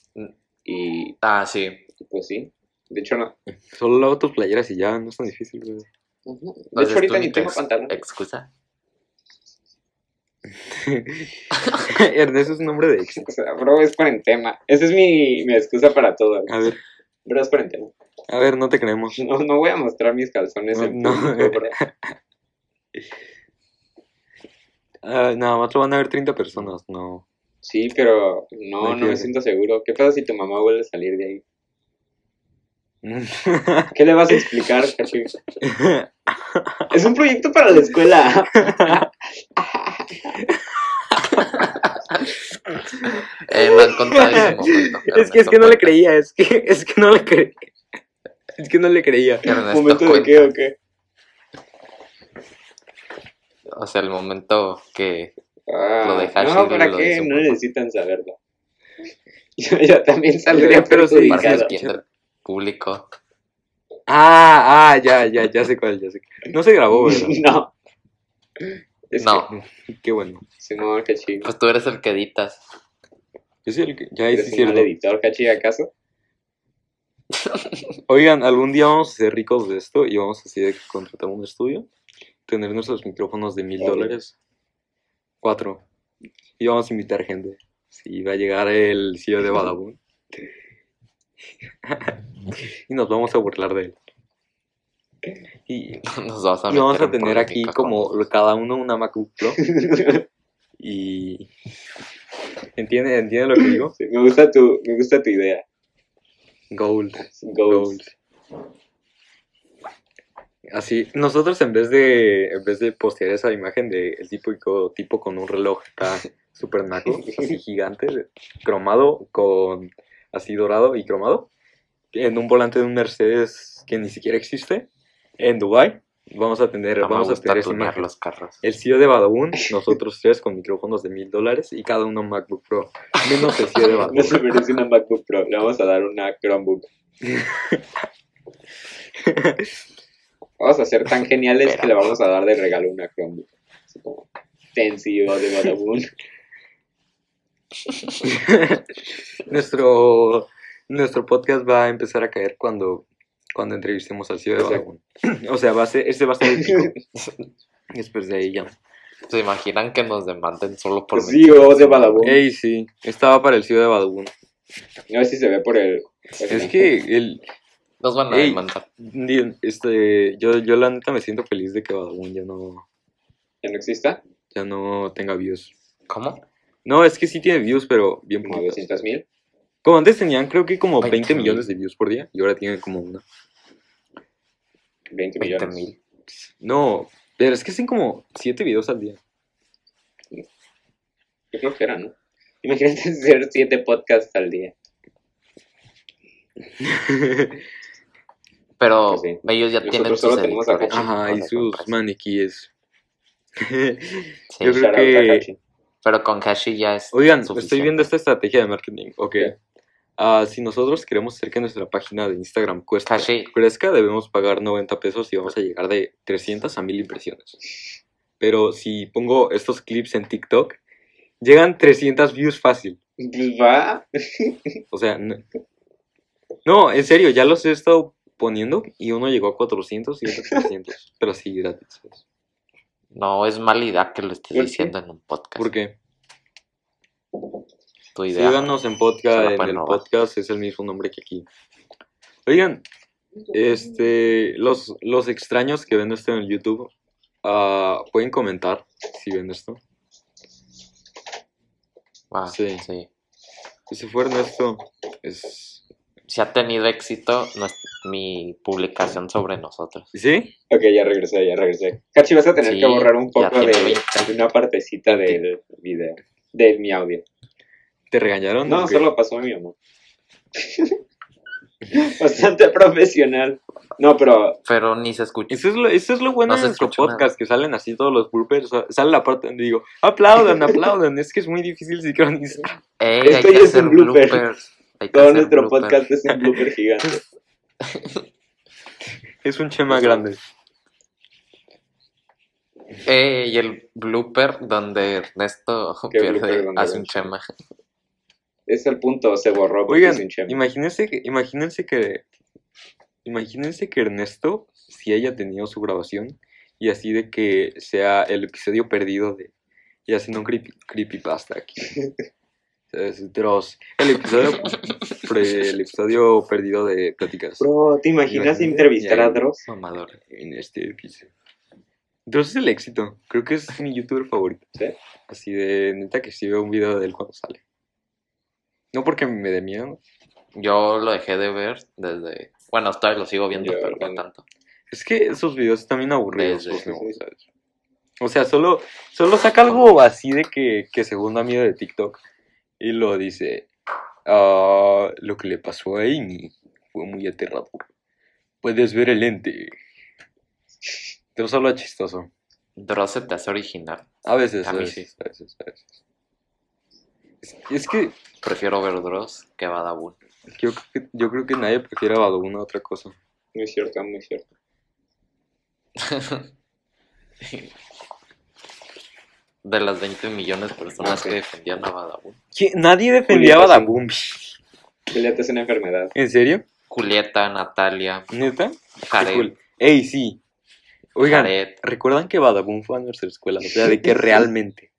C: Y
A: Ah, sí.
C: Pues sí. De hecho, no.
B: Solo lavo tus playeras y ya, no es tan difícil, güey.
C: Ujú. De
A: Entonces,
C: hecho, ahorita
A: ¿tú
C: ni
A: te
C: tengo
A: ex-
C: pantalón.
A: ¿Excusa?
B: Ernesto es un nombre de ex.
C: O sea, bro, es cuarentena. Esa es mi, mi excusa para todo.
B: A ver,
C: Bro, es cuarentena.
B: a ver, no te creemos.
C: No, no voy a mostrar mis calzones en
B: No, no.
C: público, bro.
B: Ah, nada más lo van a ver 30 personas, no.
C: Sí, pero no,
B: No
C: no me
B: quiero.
C: siento seguro. ¿Qué pasa si tu mamá vuelve a salir de ahí?
B: es
C: ¿Qué le vas a explicar? Capi? Es un proyecto para la escuela.
A: Eh, me han contado ese momento.
B: que es
A: Ernesto
B: que no le
A: cuenta.
B: creía, es que es que no le creía. Es que no le creía.
A: Ernesto
C: ¿Momento de
A: cuenta.
C: qué o qué?
A: O sea, el momento que.
C: Ah,
A: Lo de Hashi
C: no, ¿para
A: lo
C: qué?
A: hizo
C: No
A: por-
C: necesitan saberlo. Yo, yo también saldría
B: Yo- pero sí,
A: Para que
C: perjudicado.
B: claro.
A: entienda el público.
B: Ah, ah, ya, ya, ya sé cuál, ya sé. cuál. No se grabó, ¿verdad?
C: No. Es
A: No,
B: Qué bueno.
C: que- Simón, Cachi.
A: pues tú eres el que editas.
B: Yo soy el que- Ya ahí sí
C: ¿Eres
B: es
C: un mal
B: cierto.
C: editor, Cachi, acaso?
B: Oigan, algún día vamos a ser ricos de esto y vamos así de que contratar un estudio, tener nuestros micrófonos de mil
C: Obvio.
B: dólares, cuatro, y vamos a invitar gente. Si va a llegar el CEO de Badabun. y nos vamos a burlar de él. Y,
A: Nos vas a
B: y vamos
A: meter
B: a
A: en
B: tener aquí
A: polémica con-
B: como cada uno una MacBook Pro
C: Sí,
B: y... ¿Entiende, ¿Entiende lo que digo?
C: me, gusta tu, me gusta tu idea.
B: Gold.
C: Goals.
B: Goals. Así, nosotros en vez de en vez de postear esa imagen de el típico tipo con un reloj acá super naco, así gigante, cromado con así dorado y cromado, en un volante de un Mercedes que ni siquiera existe en Dubai, vamos a tener
A: No Ah, me
B: vamos a
A: gusta
B: tener esa
A: tunear
B: imagen.
A: los carros.
B: El CEO de Badabun, nosotros tres con micrófonos de mil dólares y cada uno un MacBook Pro. Menos el CEO de
C: No
B: Badabun.
C: se merece una MacBook Pro. Le vamos a dar una Chromebook. Vamos a ser tan geniales que le vamos a dar de regalo una Chromebook. Así como, ten CEO de Badabun.
B: Nuestro, nuestro podcast va a empezar a caer cuando, cuando entrevistemos al CEO de
C: Exacto.
B: Badabun. O sea, va a ser, ese va a ser el pico. Después de ahí ya.
A: ¿Se imaginan que nos demanden solo
B: Pues
A: por
C: Sí,
A: mencionar
C: o de
A: su nombre?
C: Badabun.
B: Ey, sí, estaba para el CEO de Badabun.
C: No sé si se ve por el...
B: Es que el,
A: Nos van a
B: Ey.
A: demandar.
B: di- este, yo, yo la neta me siento feliz de que Badabun ya no,
C: ¿Ya no exista?
B: ya no tenga views.
A: ¿Cómo?
B: No, es que sí tiene views, pero bien
C: Como
B: poquitas.
C: 200 mil.
B: Como antes tenían creo que como
A: 20
B: 20 millones de views por día y ahora tienen como una.
C: 20
A: 20
C: millones.
A: mil.
B: No, pero es que hacen como 7 videos al día.
C: Yo creo que era, ¿no? Imagínate hacer 7 podcasts al día.
A: Pero
C: Pues sí.
A: ellos ya
C: Nosotros
A: tienen
C: solo
A: sus
C: tenemos acá.
A: editores.
B: Ajá,
A: o
B: y
A: sea,
B: sus
A: compras.
B: maniquíes.
A: Sí,
B: yo creo
C: Shout out
B: que-
C: a Hachi.
A: Pero con Hashi ya es
B: Oigan, estoy
A: suficiente.
B: viendo esta estrategia de marketing. Ok.
C: ¿Qué?
B: Ah, si nosotros queremos hacer que nuestra página de Instagram cuesta,
A: Hashi,
B: crezca, debemos pagar 90 pesos y vamos a llegar de 300 a 1000 impresiones. Pero si pongo estos clips en TikTok, llegan 300 views fácil.
C: Pues va.
B: O sea, no, no, en serio, ya los he estado poniendo y uno llegó a 400 y otro 300. pero sí, gratis. ¿sabes?
A: no es mala idea que lo estés
C: ¿Por qué?
A: diciendo en un podcast.
B: ¿Por qué?
A: Tu idea.
B: Síganos en
A: Se la
B: podcast, en
A: pueden
B: el
A: robar.
B: podcast es el mismo nombre que aquí. Oigan, este, los, los extraños que ven esto en el YouTube, ah, pueden comentar si ven esto.
A: Ah,
B: Sí.
A: sí.
B: Ese fue Ernesto. Es...
A: Si ha tenido éxito nues- mi publicación sobre nosotros.
B: ¿Sí?
C: Ok, ya regresé, ya regresé. Cachi, vas a tener
A: Sí,
C: que borrar un
A: ya
C: poco de,
A: tiene
C: de una partecita del video, de mi audio.
B: ¿Te regañaron?
C: No,
B: Ok.
C: solo pasó mi mamá. Bastante profesional. No, pero
A: Pero ni se escucha.
B: Eso es lo, eso es lo bueno
A: No
B: de
A: se
B: nuestro
A: escucha nada.
B: podcast, que salen así todos los bloopers, sa- sale la parte donde digo, aplaudan, aplaudan, es que es muy difícil sincronizar.
A: Ey, hay
C: Esto
A: que
C: Este ya es
A: hacer
C: un blooper.
A: bloopers. Hay que
C: todo
A: hacer
C: nuestro
A: bloopers.
C: podcast es un blooper gigante.
B: Es un chema grande.
A: Eh, y el blooper donde Ernesto
C: ¿Qué blooper
A: pierde,
C: donde
A: hace un
C: ven?
A: chema.
C: Es el punto, se borró porque
B: Oigan,
C: es un chema.
B: imagínense que, imagínense que Imagínense que Ernesto si haya tenido su grabación y así de que sea el episodio perdido de... Y haciendo un creepy, creepypasta aquí. Es Dross. El episodio, pre- el episodio perdido de Pláticas.
C: Bro, ¿te imaginas
B: Imagínate,
C: entrevistar
B: y
C: a
B: ahí-
C: Dross?
A: Mamador.
B: en este episodio. Dross es el éxito. Creo que es mi youtuber favorito.
C: ¿Sí?
B: Así de neta que si veo un video de él cuando sale. No porque me dé miedo.
A: Yo lo dejé de ver desde. Bueno, hasta lo sigo viendo,
C: Yo
A: pero no
C: también.
A: tanto.
B: Es que esos videos están bien aburridos.
A: Sí,
B: pues,
A: sí,
B: no,
C: sí.
B: ¿sabes? O sea, solo, solo saca algo así de que, que según da miedo de TikTok. Y lo dice. "Ah, lo que le pasó a Amy fue muy aterrador. Puedes ver el ente. Pero solo es chistoso.
A: Dross se te hace original.
B: A veces,
A: A
B: a
A: mí
B: veces, a veces, a veces. Es, es que
A: Prefiero ver Dross que Badabun.
B: yo, creo que yo creo que nadie prefiere a Badabun a otra cosa.
C: Muy cierto, muy cierto.
A: De las 20 millones de personas que defendían a Badabun.
B: ¿Quién- Nadie defendía a
C: Julieta, sí.
B: Badabun.
C: Julieta es una enfermedad.
B: ¿En serio?
A: Julieta, Natalia,
B: ¿Neta? Qué
A: Jared,
B: cool. Ey, sí. Oigan,
A: Jared.
B: ¿recuerdan que Badabun fue a nuestra escuela? O sea, de que realmente.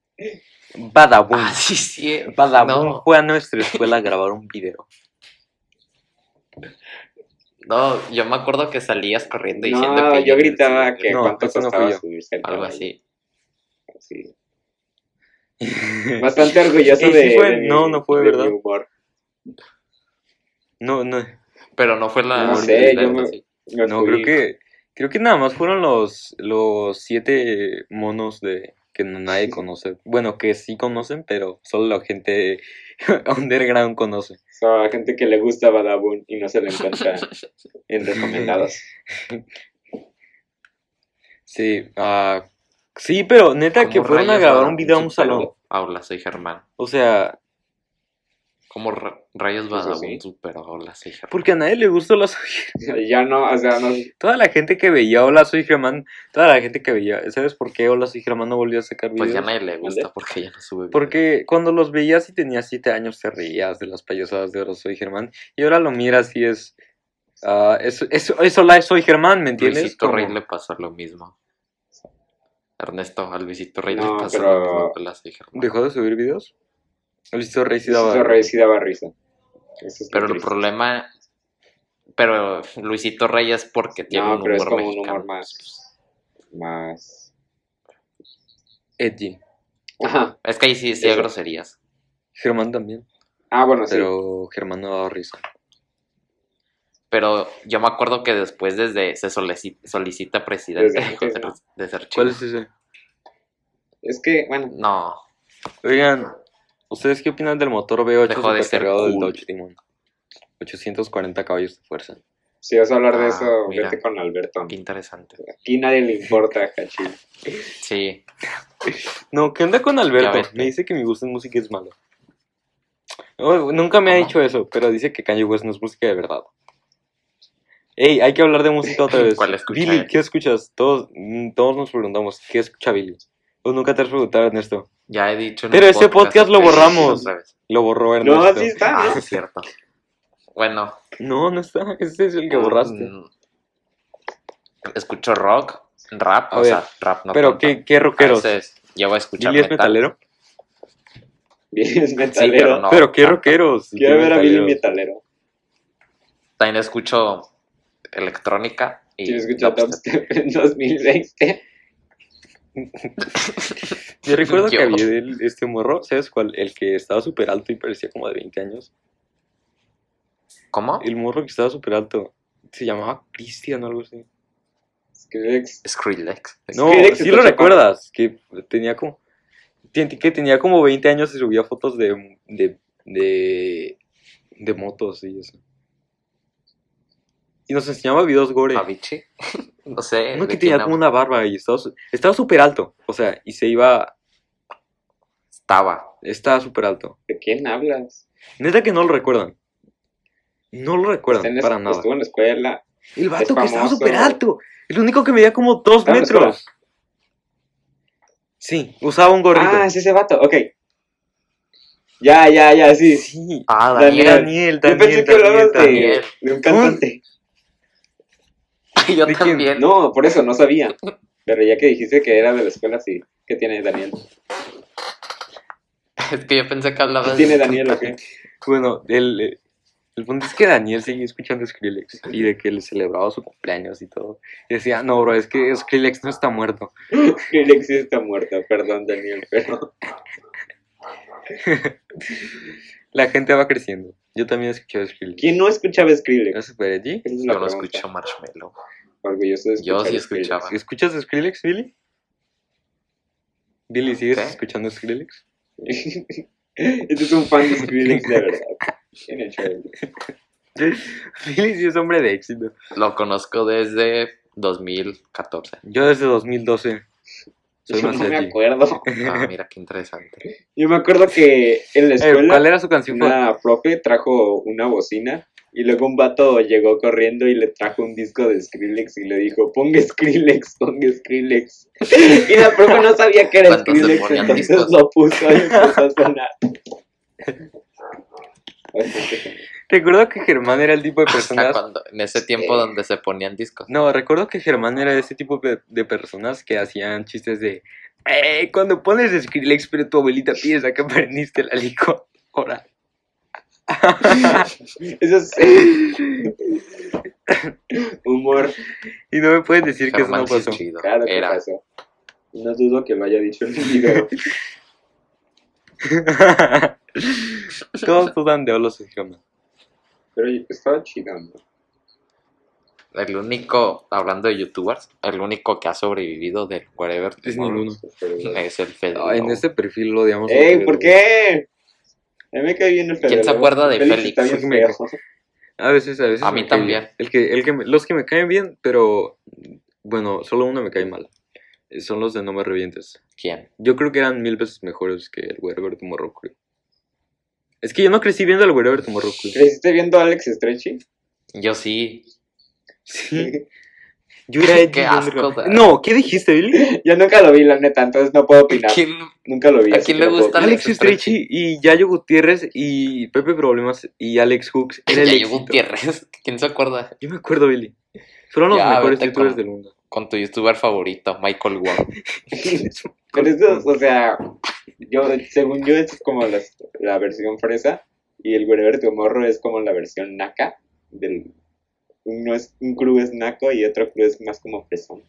B: Badabun.
A: Ah, sí, sí.
B: Badabun
A: No,
B: fue a nuestra escuela a grabar un video.
A: no, yo me acuerdo que salías corriendo diciendo
C: No,
A: que.
C: yo
A: iba a ir
C: gritaba
A: al
C: que
A: cine,
B: No,
C: cuánto
B: eso no fui
C: costaba
B: yo.
C: subirse al
A: Algo
C: caballo.
A: así.
C: Sí. Bastante orgulloso
B: Ey, sí
C: de,
B: fue-
C: de mi-
B: no, no fue,
C: de mi
B: ¿verdad?
C: humor.
B: No, no.
A: Pero no fue la.
C: No sé,
A: la-
C: yo
A: la-
C: me-
A: sí.
C: Me
B: No,
C: fui-
B: creo que, creo que nada más fueron los, los siete monos de que no- nadie conoce. Bueno, que sí conocen, pero solo la gente underground conoce.
C: o sea, a gente que le gusta Badabun y no se le encuentra en recomendados.
B: Sí, ah, sí, pero neta que
A: ¿Cómo
B: fueron a
A: rayos
B: grabar
A: van
B: un video a un
A: superar
B: salón.
A: Aula, soy Germán.
B: O sea,
A: Como ra- rayos
C: Eso
A: Badabun
C: sí.
A: superó a Hola Soy Germán.
B: porque a nadie le gustó la soy.
C: ya no, o sea, no.
B: Toda la gente que veía Hola Soy Germán, toda la gente que veía, ¿sabes por qué Hola Soy Germán no volvió a sacar videos?
A: Pues ya a nadie le gusta
C: ¿Mande?
A: porque ya no sube videos.
B: Porque cuando los veías y tenías siete años te reías de las payasadas de Hola Soy Germán y ahora lo miras y es... ah, es, es, es Hola Soy Germán, ¿me entiendes?
A: Luisito
B: Como-
A: Rey le pasó lo mismo. Ernesto, a Luisito Rey
C: No,
A: le pasó
C: pero-
A: lo mismo que Hola Soy Germán.
B: ¿Dejó de subir videos? Luisito Rey sí daba...
C: Eso rey sí daba risa. Eso es
A: Pero
C: lo
A: el
C: triste.
A: problema... Pero Luisito Rey es porque tiene
C: No,
A: un
C: pero
A: humor
C: es como un
A: mexicano.
C: humor más. Más.
B: Edgy.
C: Ajá.
A: Es que ahí sí decía
C: Eso.
A: groserías.
B: Germán también,
C: Ah, bueno, sí.
B: pero Germán no daba risa.
A: Pero yo me acuerdo que después desde se solici- solicita presidente
C: Desde
A: dejó
C: antes,
A: de,
C: ¿no?
A: de ser chido.
B: ¿Cuál es ese?
C: Es que, bueno,
A: No,
B: Oigan, ¿ustedes qué opinan del motor V8
A: Dejó de ser
B: supercargado del
A: cool.
B: Dodge Demon? 840 caballos de fuerza.
C: si vas a hablar de
A: Ah,
C: eso,
A: mira.
C: vete con Alberto.
A: qué interesante.
C: Aquí nadie le importa, Hachi.
A: Sí,
B: No, ¿qué onda con
A: Ya
B: Alberto?
A: ves.
B: Me dice que mi gusto en música es malo. No, nunca me ha
A: ¿Cómo?
B: dicho eso, pero dice que Kanye West no es música de verdad. Ey, hay que hablar de música otra vez.
A: ¿Cuál escucha
B: Billy,
A: él?
B: ¿qué escuchas? Todos, mm, todos nos preguntamos, ¿qué escucha Billy? Tú nunca te has preguntado, Ernesto.
A: ya he dicho en
B: Pero
A: el
B: ese podcast lo
A: que-
B: borramos.
A: otra vez.
B: Lo borró Ernesto.
C: No, así está.
A: Ah,
C: ¿no?
A: sí, es cierto. Bueno,
B: No, no está. Ese es el que borraste.
A: mm, escucho rock, rap,
B: A
A: o
B: ver,
A: sea, rap no
B: pero,
A: tanto.
B: ¿qué, qué rockeros?
A: Entonces, yo voy a escuchar
B: ¿Billy es
A: metal.
B: metalero?
C: Billy es
A: Sí,
C: metalero.
A: pero no. pues,
B: pero, ¿qué
A: tanto.
B: rockeros?
C: Quiero
B: ¿Qué
C: ver a Billy
B: metaleros?
C: metalero.
A: También escucho electrónica y
C: Quiero escuchar
A: dubstep.
C: Dubstep en 2020.
B: Yo recuerdo que
A: Yo.
B: había del- este morro, ¿sabes cuál? El que estaba súper alto y parecía como de 20 años.
A: ¿Cómo?
B: El morro que estaba súper alto se llamaba Cristian o algo así.
C: Skrillex.
A: Skrillex.
B: No,
C: Skrillex
B: sí
C: está
B: lo
C: chaparro.
B: recuerdas, que tenía como... tien- Que tenía como 20 años y subía fotos de, de, de, de motos y eso. Y nos enseñaba videos gore.
A: Avicii. No sé.
B: Uno
A: Ah, de
B: que
A: quién
B: tenía
A: hablo.
B: como una barba y estaba su- estaba súper alto. O sea, y se iba...
A: Estaba.
B: Estaba súper alto.
C: ¿De quién hablas?
B: Neta que no lo recuerdan. No lo
C: Está en
B: recuerdan
C: la-
B: para nada.
C: Estuvo en la escuela.
B: El vato que estaba
C: famoso.
B: súper alto. El único que medía como dos
C: Estaba en la
B: metros. Sí, usaba un gorrito.
C: Ah, es ese vato, ok. Ya, ya, ya, sí.
B: sí.
A: Ah,
C: Daniel.
A: Daniel.
B: Daniel, Daniel,
C: Yo pensé que
B: Daniel,
C: hablabas
B: Daniel.
C: de, de un cantante.
A: Yo
B: ¿De quién?
A: también.
C: No, por eso no sabía. Pero ya que dijiste que era de la escuela, sí. ¿Qué tiene Daniel?
A: Es que yo pensé que hablabas.
C: ¿Qué
A: de-
C: tiene Daniel o qué?
B: Bueno, el, eh, el punto es que Daniel seguía escuchando Skrillex y de que le celebraba su cumpleaños y todo. Y decía, no, bro, es que Skrillex no está muerto.
C: Skrillex sí está muerto, perdón Daniel, pero
B: La gente va creciendo. Yo también escuchaba Skrillex.
C: ¿quién no escuchaba Skrillex?
B: ¿No superé ti?
C: Esa es
A: Yo
C: la
A: no
C: pregunta.
A: escucho Marshmallow.
C: Orgulloso de
A: Yo
C: escuchar
A: sí
C: Skrillex.
A: escuchaba.
B: ¿Escuchas Skrillex, Billy? Billy, ¿sigues
A: ¿Qué?
B: escuchando Skrillex?
C: este es un fan de Skrillex de verdad. En el show.
B: Billy sí es hombre de éxito.
A: Lo conozco desde 2014.
B: Yo desde 2012 soy
C: Yo
B: más
C: no
B: de
C: me
B: ti.
C: acuerdo.
A: Ah, mira qué interesante.
C: Yo me acuerdo que en la
B: Eh, ¿Cuál
C: escuela
B: era su canción favorita?
C: una profe trajo una bocina y luego un vato llegó corriendo y le trajo un disco de Skrillex y le dijo, ponga Skrillex, ponga Skrillex. Y la profe no sabía que era
A: Cuando se
C: Skrillex,
A: ponían
C: entonces
A: discos.
C: lo puso y empezó a sonar.
B: Recuerdo que eh, Germán era el tipo de
A: Hasta
B: personas.
A: cuando, en ese tiempo donde se ponían discos.
B: No, recuerdo que Germán era ese tipo de, de personas que hacían chistes de. "Eh, cuando pones Skrillex, pero tu abuelita piensa que aprendiste la licuadora.
C: Eso es eh, humor.
B: Y no me puedes decir que eso
A: Germán
B: no
A: sí
B: pasó.
A: es chido.
C: Claro que
A: Era.
C: pasó. No dudo que lo haya dicho en un video.
B: Todos dudan de Olos y Germán.
C: Pero pues, estaba chido, ¿no?
A: El único, hablando de youtubers, el único que ha sobrevivido del Whatever
B: Es
A: Tomorrow
B: ninguno.
C: Pero-
A: es el Fede.
B: Ay, en
A: Lobo.
B: este perfil lo odiamos. a
C: ¡Ey!
B: Pedro.
C: ¿Por qué? A mí me cae bien el
A: ¿Quién
C: Fede
A: se
C: Lobo.
A: acuerda de
C: está
A: Félix?
C: bien
B: Me
C: feo.
B: A veces, a veces.
A: A mí
B: me cae
A: también.
B: bien. El que, el que me- los que me caen bien, pero. Bueno, solo uno me cae mal. Eh, Son los de No Me Revientes.
A: ¿Quién?
B: Yo creo que eran mil veces mejores que el Wherever Tomorrow Crew. Es que yo no crecí viendo el Wherever Tomorrow Crew.
C: ¿Creciste viendo a Alex Stretchy?
A: Yo sí.
B: Sí. Yo era Eddie
A: Qué
B: Vedder.
A: asco,
B: No, ¿qué dijiste, Billy?
C: Yo nunca lo vi, la neta, entonces no puedo opinar.
A: ¿Quién?
C: Nunca lo vi.
A: ¿A
C: así
A: quién
C: que
A: le
C: no puedo
A: gusta
C: opinar.
B: Alex Estrechi y Yayo Gutiérrez y Pepe Problemas y Alex Hooks. Era el
A: Yayo
B: éxito.
A: Gutierrez. ¿Quién se acuerda?
B: Yo me acuerdo, Billy. Fueron los
A: Ya,
B: mejores
A: vete
B: youtubers
A: con-
B: del mundo.
A: Con tu youtuber favorito, Michael Wong.
C: Pero eso, o sea, yo, según yo, es como las- la versión fresa y el Wherever Tomorrow es como la versión naca del... Uno es, un crew es naco y otro crew es más como fresón.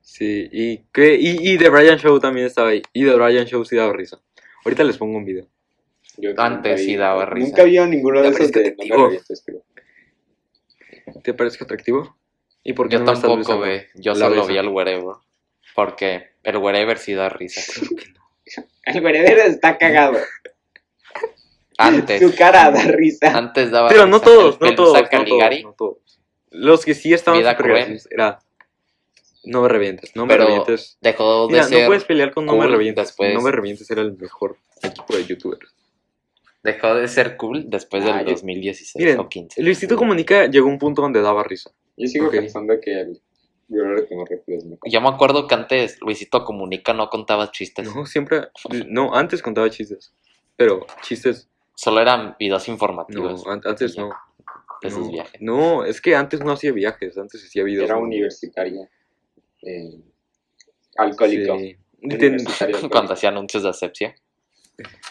B: Sí, y, que- y, y The Brian Show también estaba ahí. Y The Brian Show sí daba risa. Ahorita les pongo un video.
C: Yo
A: Antes
C: nunca vi-
A: sí daba risa.
C: Nunca vi a ninguno de
B: Ya, pero
C: esos
B: es que
C: de
B: te
C: No
B: digo.
C: me revientes, creo.
B: ¿Te parece atractivo? ¿Y por qué
A: Yo
B: no me estás
A: tampoco,
B: besando?
A: ve. Yo
B: La
A: solo
B: besa.
A: vi al Wherever. Porque el Wherever sí da risa.
C: El Wherever está cagado. Su
A: Antes.
C: cara da risa.
A: Antes daba
B: Pero no
A: risa. El
B: todos, no
A: Pelusa
B: todos, no todos,
A: Caligari,
B: no todos. Los que sí estaban
A: Vida
B: súper
A: cruel.
B: graciosos era No me revientes, no me
A: Pero
B: revientes.
A: dejó de
B: Mira, no
A: ser.
B: puedes pelear con No me
A: cool
B: revientes.
A: después.
B: No me revientes era el mejor equipo de youtubers.
A: Dejó de ser cool después del
C: Ah, yo-
A: 2016
B: Miren,
A: o 15.
B: Luisito Comunica llegó a un punto donde daba risa.
C: Yo sigo
B: Ok.
C: pensando que el Wherever Tomorrow es mejor.
A: Yo me acuerdo que antes Luisito Comunica no contaba chistes.
B: No, siempre. No, antes contaba chistes. Pero chistes.
A: Solo eran videos
B: No,
A: informativos
B: an- antes no.
A: de sus
B: No,
A: viajes.
B: No, es que antes no hacía viajes, antes hacía videos.
C: Era
B: ¿no?
C: universitaria. eh, alcohólico.
B: Sí.
C: Era
B: Ten-
C: universitario alcohólico.
A: Cuando hacía anuncios de asepsia.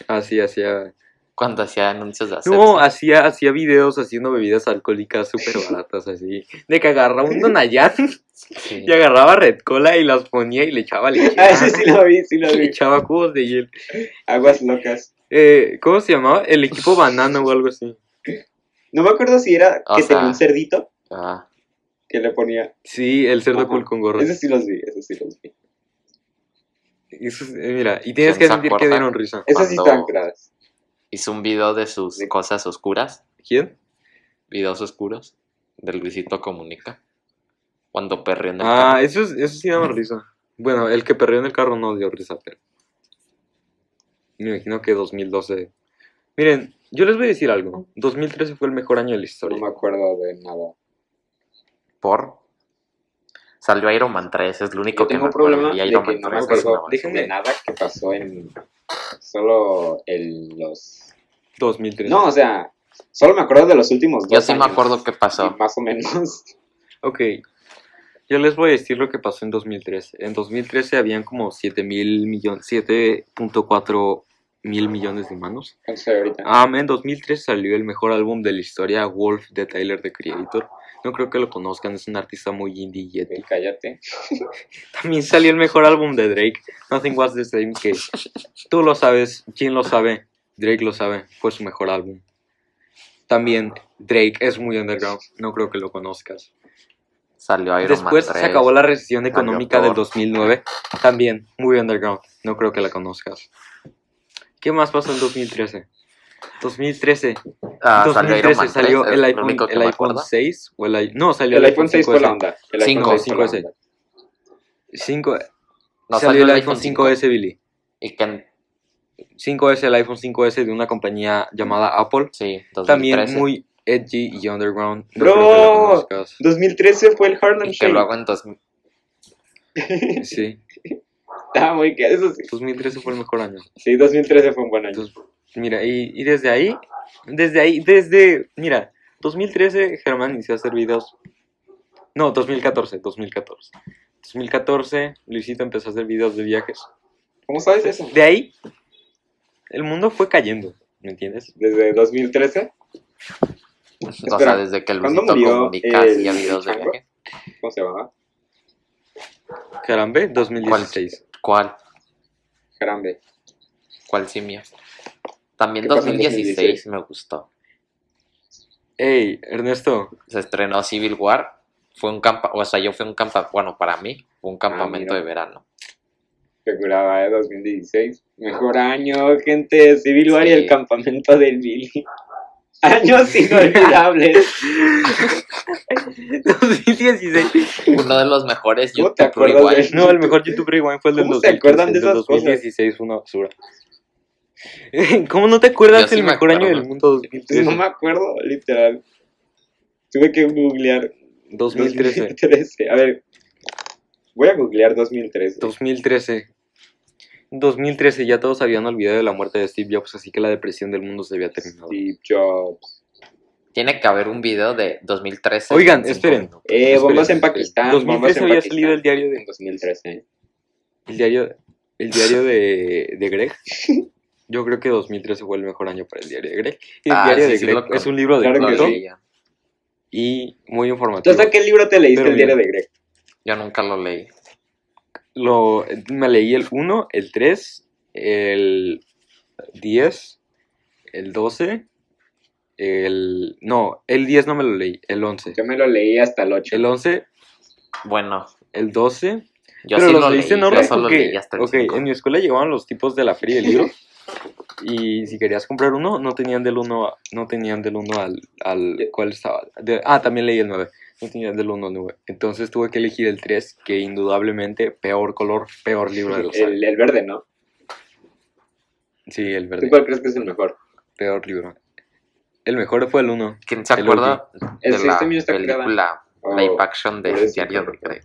B: Así hacía.
A: Cuando hacía anuncios de asepsia.
B: No, hacía, hacía videos haciendo bebidas alcohólicas súper baratas, así. De que agarraba un Donayán
A: Sí.
B: y agarraba Red Cola y las ponía y le echaba leche.
C: Ah, ese sí lo vi, sí lo
B: Le
C: vi.
B: echaba cubos de hiel.
C: Aguas locas.
B: Eh, ¿Cómo se llamaba? El equipo banano o algo así.
C: No me acuerdo si era
A: O
C: que
A: sea-
C: tenía un cerdito
A: Ah,
C: que le ponía.
B: Sí, el cerdo
C: Ajá.
B: cool con gorro.
A: pues,
C: Ese sí los vi, ese sí los vi.
B: Eso es- eh, mmira, y tienes
A: ¿Quién
B: que
A: se
B: sentir que
A: acuerda?
B: dieron risa.
C: Esas sí
A: Cuando-
C: estaban curadas.
A: hizo un video de sus cosas oscuras.
B: ¿Quién?
A: Videos oscuros. Del Luisito Comunica. Cuando perreó en el
B: Ah,
A: carro.
B: eso, es- eso sí daba risa. Bueno, el que perdió en el carro no dio risa, pero. Me imagino que 2012. Miren, yo les voy a decir algo. 2013 fue el mejor año de la
C: No
B: historia.
C: me acuerdo de nada.
A: Por. Salió Iron Man 3, es lo único
C: Yo
A: que
C: tengo
A: me
C: un
A: acuerdo.
C: problema
A: y
C: de
A: Iron
C: que
A: Man
C: no me
A: 3 es una
C: acuerdo
A: basura.
B: Déjenme-
C: de nada que pasó en solo en los...
B: 2013.
C: No, o sea, Solo me acuerdo de los últimos dos
A: Yo sí me
C: años.
A: acuerdo qué pasó.
C: Y Más o menos.
B: Ok. Yo les voy a decir lo que pasó en 2013. En 2013 habían como 7 mil millones, 7.4 mil millones de humanos.
C: No sé ahorita.
B: Ah, en 2013 salió el mejor álbum de la historia, Wolf, de Tyler, The Creator. No creo que lo conozcan, es un artista muy indie y
C: Güey,
B: étnico.
C: Cállate.
B: También salió el mejor álbum de Drake, Nothing Was The Same, que tú lo sabes, quién lo sabe, Drake lo sabe, fue su mejor álbum. También Drake es muy underground, no creo que lo conozcas.
A: Salió Iron
B: Después
A: Man
B: se
A: 3.
B: acabó la recesión económica del
A: Thor.
B: 2009. También, muy underground. No creo que la conozcas. ¿Qué más pasó en 2013? 2013.
A: Ah, salió Iron
B: 2013
A: Man
B: salió
A: 3,
B: el
A: es lo
B: iPhone,
A: único que
B: el
A: me
B: iPhone
A: acuerdo.
B: 6 o el i- no, salió
C: El iPhone 6 fue la
B: 5S.
C: onda. El iPhone
A: Cinco,
C: 6 fue la
B: 5S.
C: onda.
B: 5
A: No,
B: salió el iPhone 5S Billy.
A: Y que,
B: 5S el iPhone 5S de una compañía llamada Apple,
A: sí, 2013.
B: también muy edgy y underground. No
C: Bro.
B: creo que la conozcas.
C: 2013 fue el Harlem
A: Y que luego
C: Shake.
A: en 2000.
B: Sí,
C: Estaba Ah, muy que eso sí.
B: 2013 fue el mejor año.
C: Sí, 2013 fue un buen año.
B: Entonces, mira, y, y desde ahí, desde ahí, desde, mira, 2013 Germán inició a hacer videos. No, 2014, 2014. 2014 Luisito empezó a hacer videos de viajes.
C: ¿Cómo sabes eso?
B: De ahí, el mundo fue cayendo, ¿me entiendes?
C: Desde 2013.
A: O
C: Espera,
A: sea, desde que
C: ¿cuándo
A: Luisito
C: murió
A: Comunica
C: el
A: hacía videos de
C: chango?
A: viaje.
C: ¿Cómo se llamaba?
B: Carambe, 2016.
A: ¿Cuál?
C: Grande.
A: ¿Cuál simio? También
C: ¿Qué pasó en
A: 2016 me gustó.
B: Ey, Ernesto,
A: Se estrenó Civil War. Fue un campa, o sea, yo fui a un campa, bueno, para mí, fue un campamento
C: Ah, mira.
A: de verano.
C: Figuraba de 2016. Mejor año, gente. Civil War y
A: Sí.
C: el campamento del Billy. Años inolvidables.
B: 2016.
A: Uno de los mejores
C: ¿Cómo te
A: YouTube
C: acuerdas
A: Rewind.
C: de-
B: No, el mejor YouTube Rewind fue el del
C: ¿Cómo se
B: 2016.
C: acuerdan de
B: el del
C: esas cosas?
B: 2016 fue una basura. ¿Cómo no te acuerdas
A: Yo sí
B: del
A: me
B: mejor año
A: acuerdo.
B: del mundo 2013?
C: No me acuerdo, literal. Tuve que googlear
B: 2013.
C: 2013. A ver, voy a googlear 2013.
B: 2013. 2013, ya todos habían olvidado de la muerte de Steve Jobs, así que la depresión del mundo se había terminado.
C: Steve Jobs.
A: Tiene que haber un video de 2013.
B: Oigan,
A: en cinco
B: esperen.
A: minutos.
C: Eh, bombas en
B: Esperen,
C: Pakistán. bombas
B: 2013
C: en
B: había
C: Pakistán.
B: salido el diario
C: en
B: de.
C: 2013.
B: El diario, el diario de, de Greg. Yo creo que 2013 fue el mejor año para el diario de Greg. Y el
A: Ah,
B: diario
A: sí,
B: de
A: sí,
B: Greg
A: lo
B: es un libro de
C: claro
A: Lo
C: que
B: culto
C: sí.
A: leía.
B: y muy informativo.
C: Entonces, ¿a qué libro te leíste
B: Pero
C: el diario de
B: mira.
C: Greg?
A: Yo nunca lo leí.
B: Lo, me leí el 1, el 3, el 10, el 12, el... No, el 10 no me lo leí, el 11.
C: Yo me lo leí hasta el 8.
B: El 11,
A: Bueno,
B: el 12...
A: yo
B: pero
A: sí
B: los
A: lo leí.
B: leíste en
A: Yo
B: orden
A: solo
B: porque...
A: leí hasta el
B: Ok,
A: cinco.
B: en mi escuela llegaban los tipos de la feria del libro. y si querías comprar uno, no tenían del 1 no tenían del 1 al, al... ¿Cuál estaba? De- ah, también leí el 9. No tenían del 1 al 9. Entonces tuve que elegir el 3, que indudablemente peor color, peor libro de los años.
C: El, el verde, ¿no?
B: Sí, el
C: ¿Tú
B: verde.
C: cuál crees que es el mejor?
B: Peor libro. El mejor fue el 1.
A: ¿Quién se
B: El
A: acuerda
C: El
A: de la
C: sexto Este, mío está creado.
A: película
C: Oh,
A: live action de
C: por eso,
A: Diario de
C: claro.
A: Greg?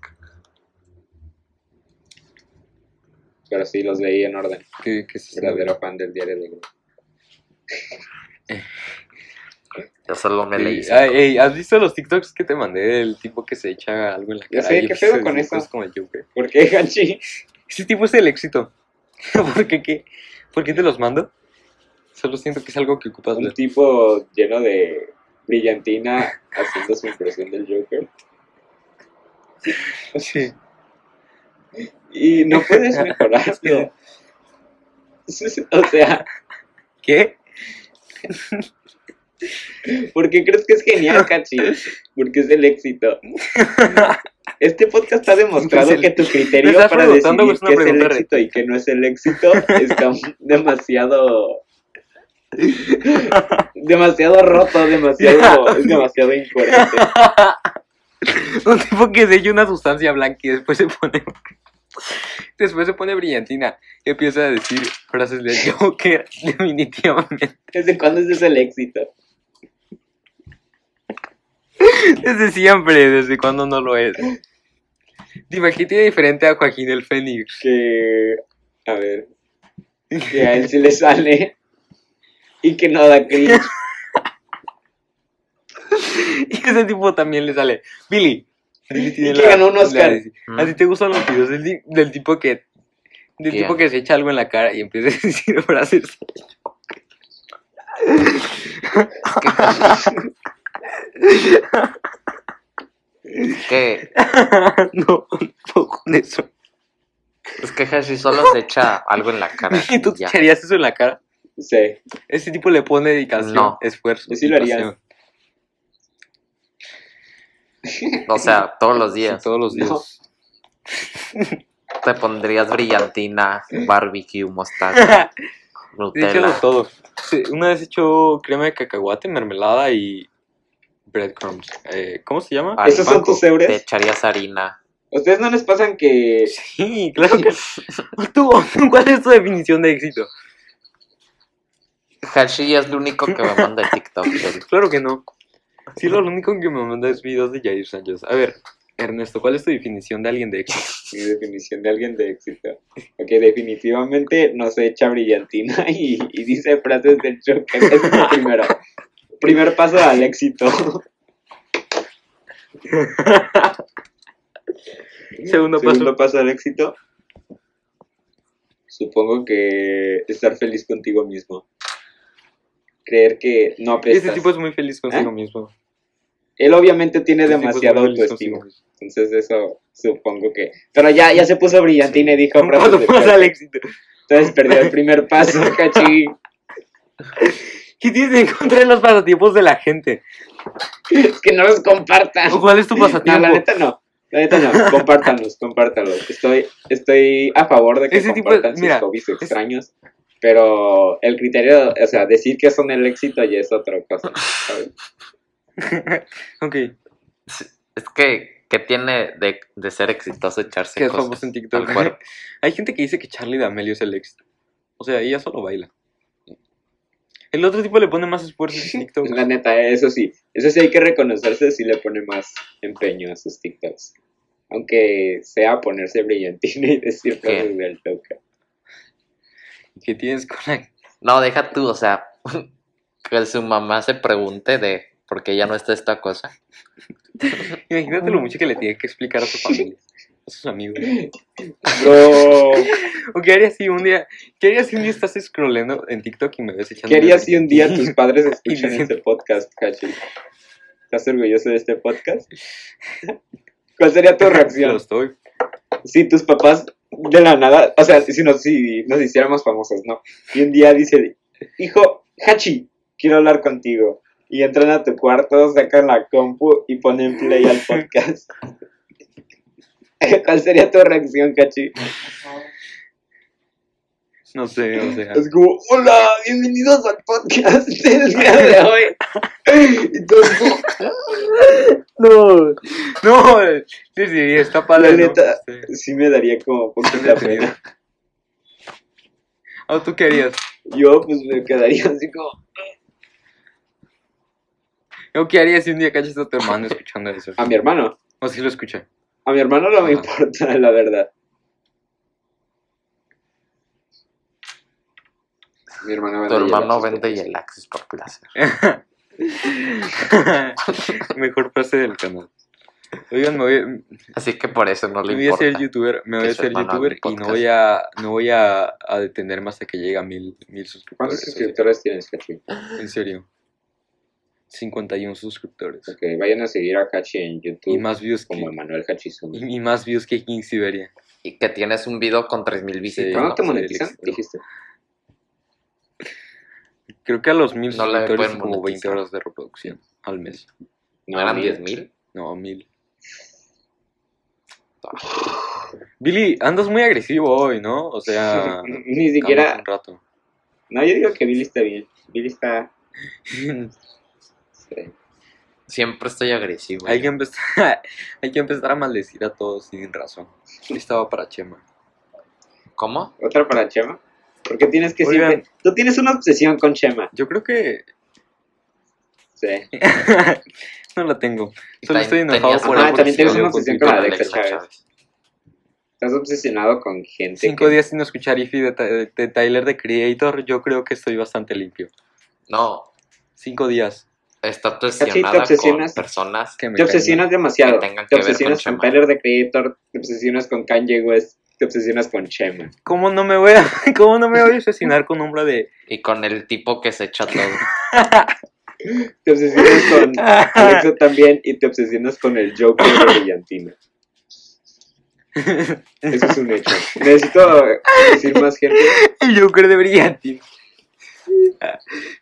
C: Pero sí, los leí en orden.
B: Que, que se-
C: Verdadero fan del diario de Greg.
A: Yo solo me
B: Sí. ah,
A: leí.
B: Ay, ey, ¿Has visto los TikToks que te mandé del tipo que se echa algo en la
C: Ya
B: cara?
C: sé,
B: Y
C: qué pedo
B: ese
C: con
B: tipo
C: eso.
B: es como yo, güey.
C: ¿Por qué, Hanchi?
B: Ese tipo es el éxito. ¿Por qué, qué? ¿Por qué te los mando? Solo siento que es algo que ocupas
C: Un
B: ver.
C: tipo lleno de brillantina haciendo su impresión del Joker.
B: Sí.
C: Y no puedes mejorarlo. O sea,
B: ¿Qué?
C: ¿por qué crees que es genial, Cachi? Porque es el éxito. Este podcast ha demostrado
B: Es el-
C: que tu criterio
B: me estás
C: para decidir
B: preguntando,
C: qué
B: güey, es una
C: es el
B: pregunta
C: éxito y qué no es el éxito está demasiado... demasiado roto, demasiado, es demasiado incoherente.
B: Un tipo que se echa una sustancia blanca y después se pone. Después se pone brillantina y empieza a decir frases de Joker definitivamente.
C: ¿Desde cuándo ese es el éxito?
B: Desde siempre, desde cuando no lo es. Dime, ¿qué tiene diferente a Joaquín el Fénix?
C: Que... A ver, que a él sí le sale y que no da cringe.
B: Y ese tipo también le sale. Billy. Billy tiene
C: Y que
B: la-
C: ganó un
B: la-
C: Oscar.
A: Mm.
B: ¿A ti te gustan los videos del, ti- del tipo que. Del
A: ¿Qué?
B: tipo que se echa algo en la cara y empieza a decir frases.
A: Que
B: no, no con eso.
A: es que Hershey solo se echa algo en la cara.
B: ¿Y tú te
A: ya.
B: echarías eso en la cara?
C: Sí.
B: Ese tipo le pone dedicación,
A: No.
B: esfuerzo.
C: Yo sí lo haría.
B: pasión.
A: O sea, todos los
B: Sí,
A: días
B: todos los días.
C: No.
A: te pondrías brillantina, barbecue, mostaza,
B: He hecho de
A: Nutella.
B: todo. Sí, Una vez he hecho crema de cacahuate, mermelada y breadcrumbs. Eh, ¿Cómo se llama?
A: Al
C: ¿Esos son tus euros?
A: Te echarías harina.
C: ¿A ustedes no les pasan que
B: Sí, claro que ¿Tú, ¿Cuál es tu definición de éxito?
A: Hershey es lo único que me manda de TikTok. el-
B: Claro que no. Sí, lo único que me manda es videos de Jair Sánchez. A ver, Ernesto, ¿cuál es tu definición de alguien de éxito?
C: mi definición de alguien de éxito? Ok, definitivamente no se echa brillantina y, y dice frases del show que es lo primero. Primer paso al éxito.
B: Segundo paso.
C: Segundo paso al éxito. Supongo que estar feliz contigo mismo. Creer que no
B: Este
C: prestas.
B: tipo es muy feliz consigo
C: ¿Eh?
B: mismo.
C: Él obviamente tiene
B: Este tipo es muy
C: demasiado
B: feliz consigo
C: autoestima.
B: mismo.
C: Entonces eso supongo que... Pero ya, ya se puso brillantina y dijo...
B: Un
C: frases
B: paso
C: de
B: más
C: Pepe.
B: al éxito.
C: Entonces perdió el primer paso, cachi.
B: ¿Qué tienes en contra de los pasatiempos de la gente?
C: Es que no los compartan.
B: ¿O ¿Cuál es tu
C: No, la
B: pasatiempo?
C: neta no. La neta no. Compártanos, compártanos. Estoy, estoy a favor de que
B: Ese tipo de-
C: compartan
B: mira,
C: sus hobbies extraños. Pero el criterio, o sea, decir que son el éxito ya es otra cosa. ¿sabes?
B: ok,
A: Es que, ¿qué tiene de, de ser exitoso echarse
B: que es
A: cosas
B: famoso en TikTok.
A: al cuerpo?
B: Hay gente que dice que Charlie D'Amelio es el éxito. O sea, ella solo baila. El otro tipo le pone más esfuerzo en TikTok.
C: La neta, eso sí. Eso sí hay que reconocerse si le pone más empeño a sus TikToks. Aunque sea ponerse brillantina y decir
A: ¿Qué?
C: cosas del toque.
B: ¿Qué tienes con la...
A: No, deja tú, o sea, que su mamá se pregunte de por qué ya no está esta cosa.
B: Imagínate lo mucho que le tiene que explicar a su familia, a sus amigos.
C: Bro,
B: ¿O qué harías si un día, qué harías si un día estás scrollando en TikTok y me ves echando...
C: ¿qué harías si un día tus padres
B: Y
C: escuchan
B: dicen-
C: este podcast, Cachi? ¿Estás orgulloso de este podcast? ¿Cuál sería tu
B: Lo
C: reacción?
B: estoy.
C: Si tus papás de la nada, o sea, si nos, si nos hiciéramos famosos, ¿no? Y un día dice, hijo, Hachi, quiero hablar contigo. Y entran a tu cuarto, sacan la compu y ponen play al podcast. ¿Cuál sería tu reacción, Cachi?
B: No sé, o sea...
C: Es como, hola, bienvenidos al podcast del día de hoy. Y todos como,
B: No, no, sí, sí, está padre,
C: La
B: ¿no?
C: neta.
B: Sí.
C: sí me daría como poquita pena.
B: Ah, ¿tú qué harías?
C: Yo pues me quedaría así como,
B: ¿O qué harías si un día cachas a tu hermano escuchando eso?
C: a mi hermano,
B: O si lo escucha.
C: a mi hermano no me
A: Ah.
C: importa, la verdad. Mi hermano
A: Tu
C: vende
A: hermano
C: hielos.
A: vende Yelaxis por placer.
B: Mejor frase del canal. Oigan, me voy,
A: Así que por eso no
B: me
A: le
B: voy a
A: importa.
B: ser youtuber, me voy
A: que
B: a
A: su
B: ser
A: hermano haga
B: youtuber
A: un
B: y no
A: podcast.
B: voy a, no voy a, a detenerme hasta que llegue a mil, mil suscriptores.
C: ¿Cuántos suscriptores tienes, Cachi?
B: o sea, en serio. 51 suscriptores.
C: Ok, vayan a seguir a Cachi en
B: Y
C: YouTube
B: más views que,
C: como Emanuel Hachizumi.
B: y, y más views que King Siberia.
A: Y que tienes un video con 3000 visitas.
C: ¿Cuándo
A: ¿no?
C: te
B: sí,
C: monetizan?
B: listo.
C: Dijiste.
B: Creo que a los mil
A: No la
B: suscriptores
A: pueden
B: son como 20
A: monetizar.
B: horas de reproducción al mes.
A: ¿No eran
C: mira.
A: 10.000?
B: No, mil. Billy, andas muy agresivo hoy, ¿no? O sea,
C: Ni siquiera
B: calma un rato.
C: No, yo digo que Billy está bien. Billy está. sí.
A: Siempre estoy agresivo.
B: hay, que
A: yo.
B: empezar, hay que empezar a maldecir a todos sin razón. Estaba para Chema.
A: ¿Cómo?
C: Otra para Chema. Porque tienes que
B: Oigan.
C: siempre. Tú tienes una obsesión con Chema.
B: Yo creo que
C: Sí.
B: no la tengo. Solo
A: Ten-
B: estoy enojado
A: tenías-
B: por
C: Ajá,
B: él porque
C: también tienes
B: se peleó
C: una
B: con
C: obsesión
B: Twitter.
C: con Alexa Chávez. Estás obsesionado con gente.
B: Cinco
C: que-
B: días sin escuchar Ify de, Ty- de Tyler, de Creator, yo creo que estoy bastante limpio.
A: No,
B: Cinco días.
A: está
C: te
A: obsesionada con
C: obsesionas.
A: personas.
B: Que me
C: Te
B: caigan.
C: obsesionas demasiado.
A: Que tengan
C: Te
A: que ver
C: obsesionas
A: con
C: con
A: Chema.
C: Tyler de Creator, te obsesionas con Kanye West, te obsesionas con Chema.
B: ¿Cómo no me voy a, cómo no me voy a obsesionar con un bro de...
A: Y con el tipo que se echa todo.
C: Te obsesionas con Alexa también y te obsesionas con el Joker de Brillantina. Eso es un hecho. Necesito decir más gente.
B: El Joker de Brillantina.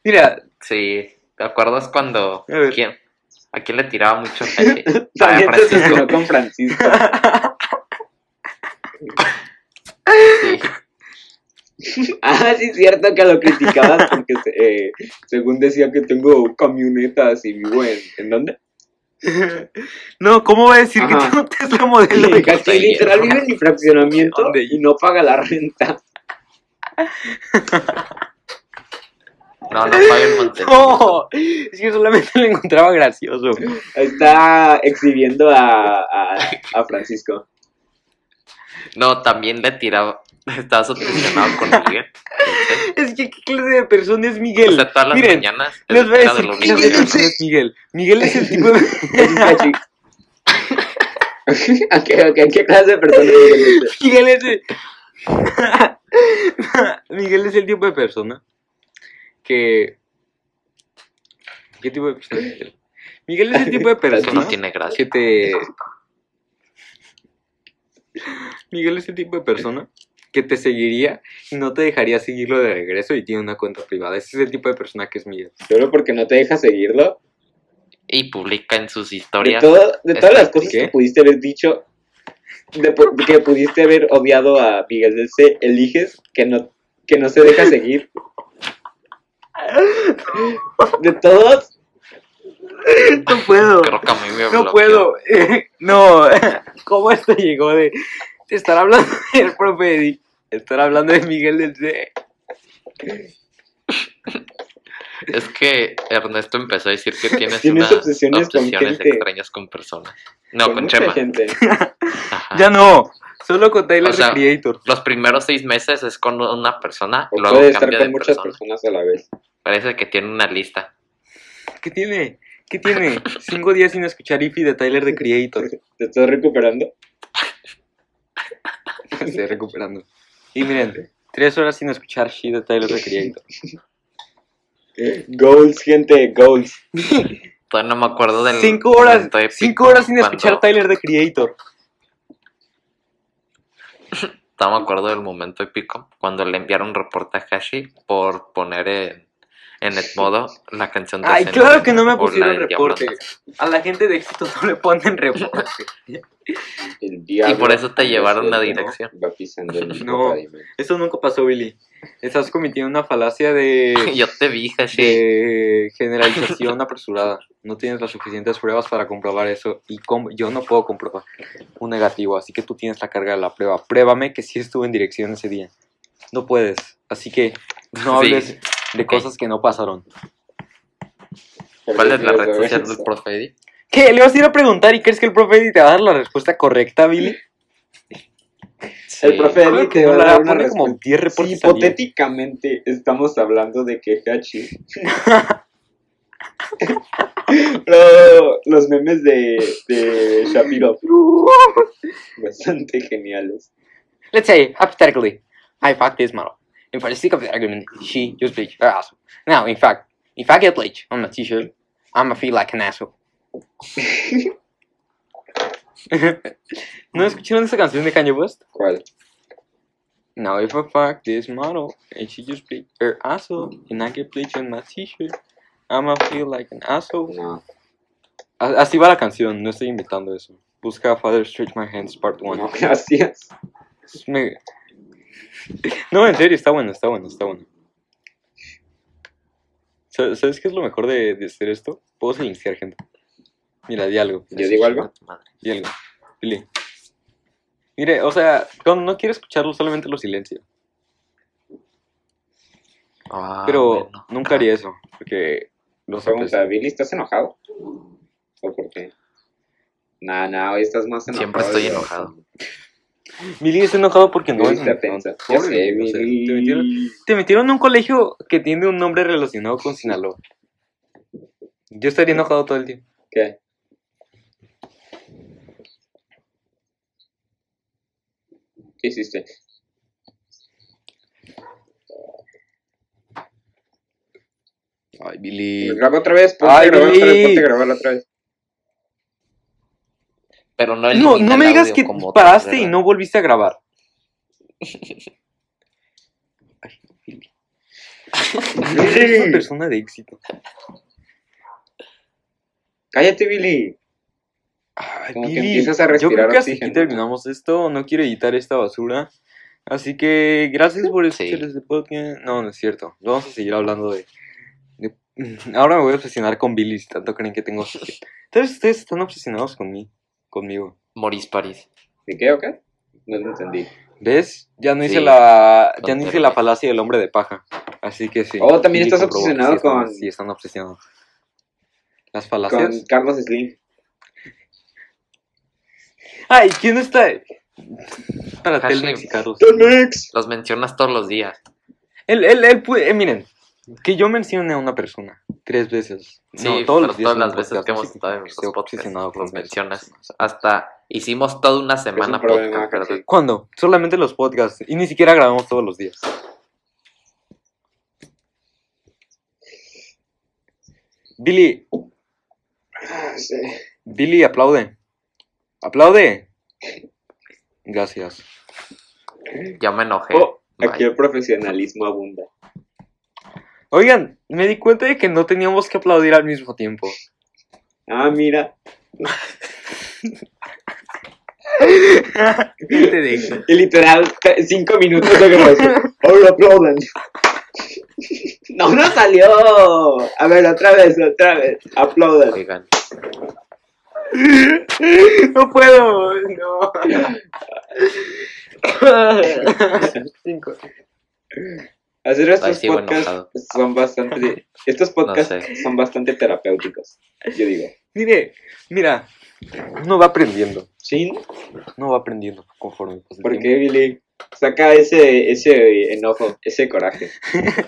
B: Mira,
A: Sí, ¿te acuerdas cuando?
B: A ver.
A: ¿quién, ¿A quién le tiraba mucho hate? Ah,
C: También te obsesionó
A: Francisco.
C: con Francisco.
A: Sí.
C: Ah, sí, es cierto que lo criticabas porque eh, según decía que tengo camionetas y vivo en. ¿En dónde?
B: no, ¿cómo va a decir que
C: Ajá.
B: tengo un Tesla
C: Y
B: modelo?
C: el gato literal vive en mi fraccionamiento
B: ¿Dónde?
C: y no paga la renta.
A: No, no paga el mantenimiento.
B: No, es que solamente lo encontraba gracioso.
C: Está exhibiendo a, a, a Francisco.
A: No, también le tiraba. Estaba obsesionado con Miguel. ¿viste?
B: Es que, ¿qué clase de persona es
A: O
B: Miguel?
A: sea, todas las
B: Miren,
A: mañanas.
B: les voy a
A: era de
B: decir
A: lo
B: qué clase de
A: mismo.
B: persona es Miguel. Miguel es el tipo
C: Es un
B: de...
C: cachi. ok, ok, ¿qué clase de persona es este?
B: Miguel es el... Miguel es el tipo de persona que... ¿Qué tipo de persona es Miguel? Miguel es el tipo de
A: Eso no
B: persona
A: tiene
B: que
A: gracia.
B: te... Miguel es el tipo de persona que te seguiría y no te dejaría seguirlo de regreso y tiene una cuenta privada. Ese es el tipo de persona que es Miguel.
C: Solo porque no te deja seguirlo.
A: Y publica en sus
C: De,
A: historias.
C: todo, de todas las cosas
B: ¿Qué?
C: que pudiste haber dicho, de pu- que pudiste haber odiado a Miguel del C, eliges que no, que no se deja seguir. De todos,
B: No puedo.
A: Creo que a mí me
B: No
A: bloqueó.
B: puedo. No. ¿Cómo esto llegó de de estar hablando del profe Eddie? Estar hablando de Miguel del C.
A: Es que Ernesto empezó a decir que tienes,
C: Tienes
A: una-
C: obsesiones con gente.
A: extrañas con personas. No, con,
C: con mucha
A: Chema.
C: gente.
A: Ajá.
B: Ya no. Solo con Tyler
A: Ah. O sea,
B: the Creator.
A: Los primeros seis meses es con una persona,
C: O
A: luego
C: puede estar
A: cambia
C: con
A: de
C: muchas
A: persona.
C: personas a la vez.
A: Parece que tiene una lista.
B: ¿Qué tiene? ¿Qué tiene? Cinco días sin escuchar Ify de Tyler the Creator.
C: ¿Te estás recuperando?
B: Estoy recuperando. Y miren, tres horas sin escuchar She de Tyler the Creator.
C: Goals, gente, goals.
A: Todavía no me acuerdo del.
B: Cinco horas,
A: momento épico
B: cinco horas sin
A: cuando-
B: escuchar Tyler the Creator.
A: No me acuerdo del momento épico cuando le enviaron reportaje a Hashi por poner en, en Edmodo la canción de
B: Ay,
A: Zen
B: claro que no me
A: o la
B: pusieron
A: del
B: reporte.
A: Diablona.
B: A la gente de éxito no le ponen reporte.
C: El diablo.
A: Y por eso te
C: en el
A: llevaron la
C: desierto
A: dirección.
C: Va pisando el
B: No. Eso nunca pasó, Billy. Estás cometiendo una falacia de,
A: Yo te vi, Hashi.
B: de generalización apresurada. No tienes las suficientes pruebas para comprobar eso. Y com- yo no puedo comprobar un negativo, así que tú tienes la carga de la prueba. Pruébame que sí estuve en dirección ese día. No puedes. Así que no
A: Sí.
B: hables de
A: Ok.
B: cosas que no pasaron.
A: ¿Cuál es la red social del profe Eddie?
B: ¿Qué? ¿Le vas a ir a preguntar y crees que el profe Eddie te va a dar la respuesta correcta, Billy?
A: Sí.
C: El profe Eli
B: Claro que
C: te va
B: no,
C: a
B: la
C: dar una
B: pone como 10
C: respuesta. Si
B: reportes al día.
C: hipotéticamente estamos hablando de que Hachi. Pero los memes de, de Shapiro, bastante geniales.
B: Let's say, hypothetically, I fuck this model. And for the sake of the argument, she just bleached her asshole. Now, in fact, if I get bleach on my t-shirt, I'ma feel like an asshole. ¿No escucharon esa canción de Kanye West?
C: ¿Cuál?
B: Now, if I fuck this model and she just bleached her asshole and I get bleach on my t-shirt, I'ma feel like an asshole.
C: No,
B: A- Así va la canción, no estoy inventando eso. Busca Father Stretch My Hands Part 1.
C: no, gracias.
B: Es me- No, en serio, está bueno, está bueno, está bueno. Sa- ¿Sabes qué es lo mejor de, de hacer esto? Puedo silenciar gente. Mira, di algo,
C: ¿Yo digo algo?
B: di algo. Dile. Mire, o sea, cuando no quiero escucharlo, solamente lo silencio.
A: Ah,
B: Pero
A: bueno.
B: nunca haría eso, porque los
C: Pregunta,
B: aprecio.
C: Billy, ¿estás enojado? ¿O por qué? Nah, nah, hoy estás más enojado.
A: Siempre estoy
C: yo.
A: enojado.
B: Billy pues, está enojado porque no
C: Billy
B: es
C: está tensa. Ya sé,
B: te, metieron,
C: Billy.
B: te metieron en un colegio que tiene un nombre relacionado con Sinaloa. Yo estaría enojado todo el día.
C: ¿Qué? ¿Qué hiciste?
B: Ay, Billy.
C: Pues graba otra vez, ponte
B: Ay,
C: a grabar otra
B: Billy.
C: vez, ponte a grabar otra vez.
A: Pero no
B: No,
A: elimina
B: no me
A: el
B: digas
A: audio
B: que
A: como otras,
B: paraste y
A: ¿verdad?
B: no volviste a grabar. Ay, Billy. Eres una persona de éxito.
C: Cállate, Billy.
B: Ay,
C: Como que
B: Billy,
C: empiezas a
B: yo creo
C: respirar
B: que hasta aquí
C: oxígeno.
B: terminamos esto. No quiero editar esta basura. Así que gracias por
A: Sí.
B: escuchar este podcast. No, no es cierto. Vamos a seguir hablando de. de- mm, Ahora me voy a obsesionar con Billy. si Tanto creen que tengo. obsesión. Tal vez ustedes están obsesionados con mí, conmigo.
A: Moris París.
C: ¿De qué o qué? No lo entendí.
B: ¿Ves? Ya no hice
A: Sí,
B: la. Ya no
A: totalmente.
B: hice la falacia del hombre de paja. Así que sí.
C: Oh, también estás
B: comprobó que
C: obsesionado
B: sí están-
C: con-
B: Sí, están obsesionados. Las
C: Con
B: falacias.
C: Carlos Slim.
B: Ay, ¿quién está? Para
A: Hashem.
B: Telmex y Carlos.
C: Telmex.
A: Los mencionas todos los días.
B: Él, él, él puede, eh, miren, que yo mencione a una persona tres veces.
A: Sí,
B: no, todos
A: pero
B: los días
A: todas
B: en un
A: las veces
B: podcast,
A: que
B: no
A: hemos
B: sé,
A: estado en
B: estoy
A: nuestros podcasts
B: obsesionado con
A: los
B: eso.
A: mencionas. Hasta hicimos toda una semana
C: problema,
A: podcast,
C: Jorge.
A: ¿verdad?
B: ¿Cuándo? Solamente los podcasts. Y ni siquiera grabamos todos los días. Billy,
C: Ah, sí.
B: Billy, aplaude. Aplaude. Gracias.
A: Ya me enojé.
C: Oh,
A: Bye.
C: aquí el profesionalismo abunda.
B: Oigan, me di cuenta de que no teníamos que aplaudir al mismo tiempo.
C: Ah, mira.
B: Gente de éxito.
C: Y literal, te- cinco minutos de grabación. Ahora aplaudan. No, no salió. A ver, otra vez, otra vez. Aplaudan.
A: Oigan,
B: No puedo, no. Cinco.
C: Hacer
A: Ay,
C: estos
A: sigo
C: podcasts
A: enojado.
C: son bastante. Estos podcasts
A: No sé.
C: son bastante terapéuticos. Yo digo.
B: Mire, mira, uno va aprendiendo,
C: ¿Sí?
B: uno va aprendiendo conforme pasa el
C: ¿Por qué, Billy? Saca ese, ese enojo, ese coraje.
B: tiempo.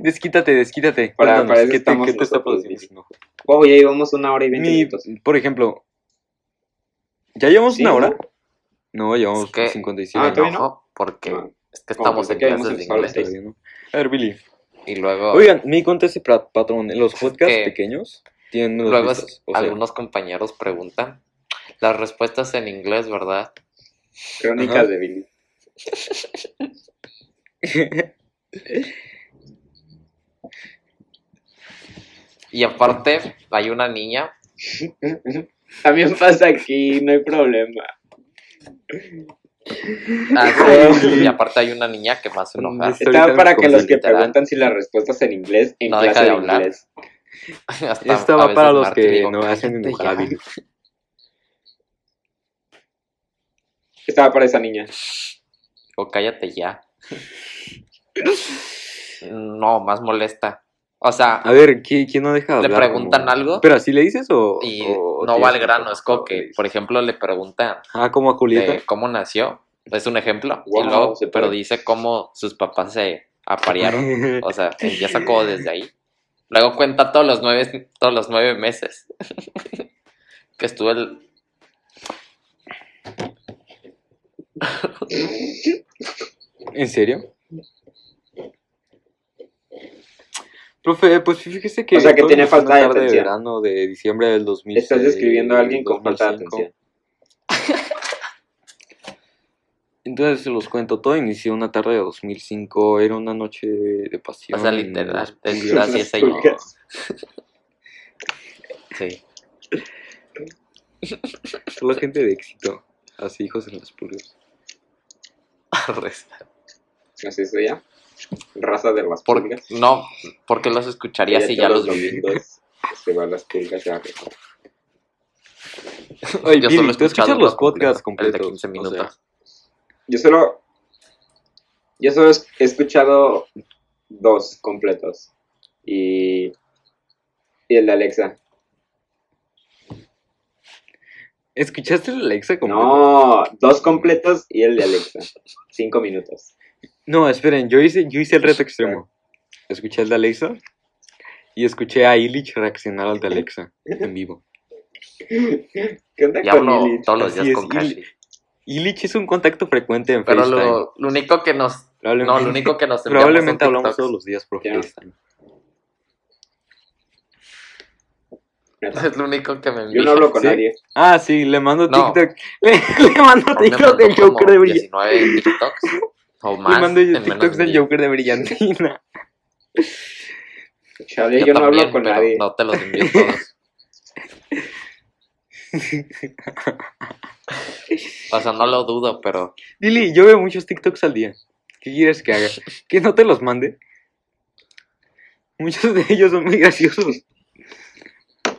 B: Desquítate, desquítate.
C: Para-
B: Cuéntanos,
C: para eso
B: ¿qué te,
C: estamos
B: qué te está
C: nosotros,
B: produciendo ese enojo?
C: Wow, ya llevamos una hora y veinte
B: Mi-
C: minutos.
B: por ejemplo, ¿ya llevamos
C: ¿Sí,
B: una
C: no?
B: hora? No, llevamos
A: Es que-
B: 57
A: me
C: Ah, ¿todavía
B: minutos.
C: no?
A: enojo porque
C: Ah,
A: es que
C: como
A: estamos
C: pensé
A: en
C: que habíamos
A: clases de
C: empezado a las
A: inglés.
B: Todavía no. Este, A ver, Billy.
A: Y luego,
B: Oigan, me di cuenta ese pra- patrón. En los podcasts
A: que-
B: pequeños tienen unos
A: luego
B: listas, o sea,
A: algunos compañeros preguntan las respuestas en inglés, ¿verdad?
C: Crónicas
B: Ajá.
C: de Billy.
A: Y aparte, hay una niña
C: También pasa aquí, no hay problema.
A: Ah, sí. Y aparte hay una niña que me hace enojar.
B: Ahorita
C: Estaba para
B: nos
C: que los que
A: comentará.
C: preguntan si las respuestas en inglés, en
A: No, deja
C: clase
A: de
C: de
A: hablar.
C: inglés.
A: Hasta
B: Esta
A: a
B: va
A: veces
B: para los
A: Marta
B: que
A: digo,
B: no hacen
A: "Cállate
B: enojar a
A: ya".
B: Billy.
C: Estaba para esa niña.
A: O cállate ya. No, más molesta. O sea,
B: A ver, ¿qui- ¿quién no deja de
A: ¿Le
B: hablar?
A: preguntan algo?
B: ¿Pero así le dices o...?
A: y
B: o
A: no
B: te
A: va al
B: dices,
A: grano. Es como
B: le
A: que,
B: dices?
A: por ejemplo, le preguntan
B: Ah, como a Julieta.
A: de cómo nació. Es un ejemplo.
C: Wow,
A: y luego,
C: se puede.
A: pero dice cómo sus papás se aparearon. O sea, empieza como desde ahí. Luego cuenta todos los nueve, todos los nueve meses que estuvo el...
B: ¿En serio? Profe, pues fíjese que...
C: O sea, que
B: hoy
C: tiene
B: es una
C: falta de
B: tarde
C: atención.
B: verano de diciembre del 2000.
C: Estás describiendo a alguien con falta de atención.
B: Entonces se los cuento, todo inició una tarde de 2005, era una noche de pasión.
A: O sea,
B: en
A: literal,
B: las
A: es
B: pulgas.
A: Gracias,
C: Las
A: señor.
C: pulgas.
A: Sí.
B: Solo Pues, gente de éxito, así hijos en las pulgas.
C: Así se llama. Raza de las
A: Porque,
C: pulgas.
A: no, porque los escucharía
C: Ella
A: si
C: todos
A: ya los vi.
C: domingos se va a las pulgas. ya.
B: Oye,
A: Yo
B: Billy,
A: solo he
B: ¿tú escuchas
A: escuchado
B: los
A: uno
B: podcasts
A: completo,
B: completos?
A: el de 15 minutos.
B: O sea,
C: Yo solo. Yo solo he escuchado dos completos. Y. Y el de Alexa.
B: ¿Escuchaste el Alexa completo?
C: No, dos completos y el de Alexa. Cinco minutos.
B: No, esperen, yo hice, yo hice el reto extremo. Escuché el de Alexa y escuché a Illich reaccionar al de Alexa en vivo.
C: ¿Qué onda
A: Y
C: con
A: hablo
C: Illich?
A: todos los
B: así
A: días
B: es,
A: con Kashi.
B: Illich es un contacto frecuente en
A: Pero
B: FaceTime.
A: lo, lo único que nos. No,
B: Probablemente-
A: lo único que nos. enviamos son
B: Probablemente hablamos
A: TikToks.
B: todos los días por
C: Ya.
B: FaceTime.
A: Es lo único que me envía.
C: Yo no hablo con
B: ¿Sí?
C: nadie.
B: Ah, sí, le mando
A: No.
B: TikTok. Le, le mando
A: Me
B: TikTok del
A: mandó como
B: Joker de Brillantina.
A: 19 TikToks. O
B: Le
A: más.
B: mando
A: en menos
B: TikToks
A: de un
B: del
A: día.
B: Joker de Brillantina.
C: Chale, yo, no
A: también,
C: hablo con
A: pero
C: nadie.
A: No te los envío todos. O sea, no lo dudo, pero
B: Lili, yo veo muchos TikToks al día. ¿Qué quieres que haga? ¿Que no te los mande? Muchos de ellos son muy graciosos.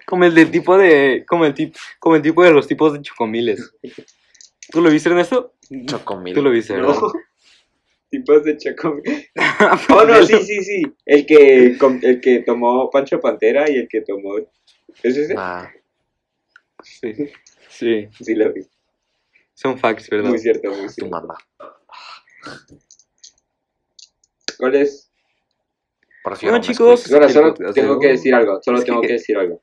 B: Como el del tipo de. Como el, tip, como el tipo de los tipos de chocomiles. ¿Tú lo viste, Ernesto?
A: chocomil.
B: Tú lo viste, ¿verdad?
C: No. Tipos de Chocomil. Oh, no, sí, sí, sí. El que, com- el que tomó Pancho Pantera y el que tomó. ¿Es ese?
A: Ah,
B: sí. Sí,
C: Sí, lo vi.
B: son facts, ¿verdad?
C: Muy cierto, muy
A: tu
C: cierto.
A: mamá.
C: ¿Cuál es?
A: Por si
B: Bueno,
A: no me
B: chicos.
A: escuchas.
C: Ahora,
B: que
C: solo
B: el- o sea,
C: tengo que decir algo. Solo
B: es que-
C: tengo que decir algo.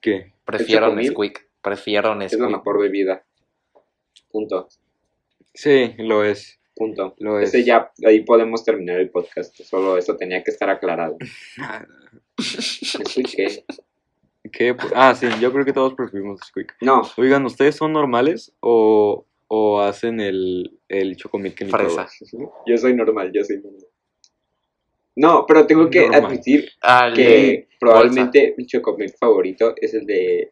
B: ¿Qué?
A: prefiero
C: chocomil?
A: Nesquik. Prefiero
C: Es la
A: Nesquik.
C: mejor bebida. Punto.
B: Sí, lo es.
C: Punto.
B: Lo es.
C: Ese ya, ahí podemos terminar el podcast. Solo eso tenía que estar aclarado. Escuché.
B: Ah, ¿Qué? Ah, sí, yo creo que todos preferimos Squeak.
C: No,
B: Oigan, ¿ustedes son normales o, o hacen el, el chocomil que ni
A: Fresa.
C: yo soy normal, yo soy normal. No, pero tengo que
B: Normal.
C: admitir
A: Ah, el-
C: que probablemente mi chocomil favorito es el de,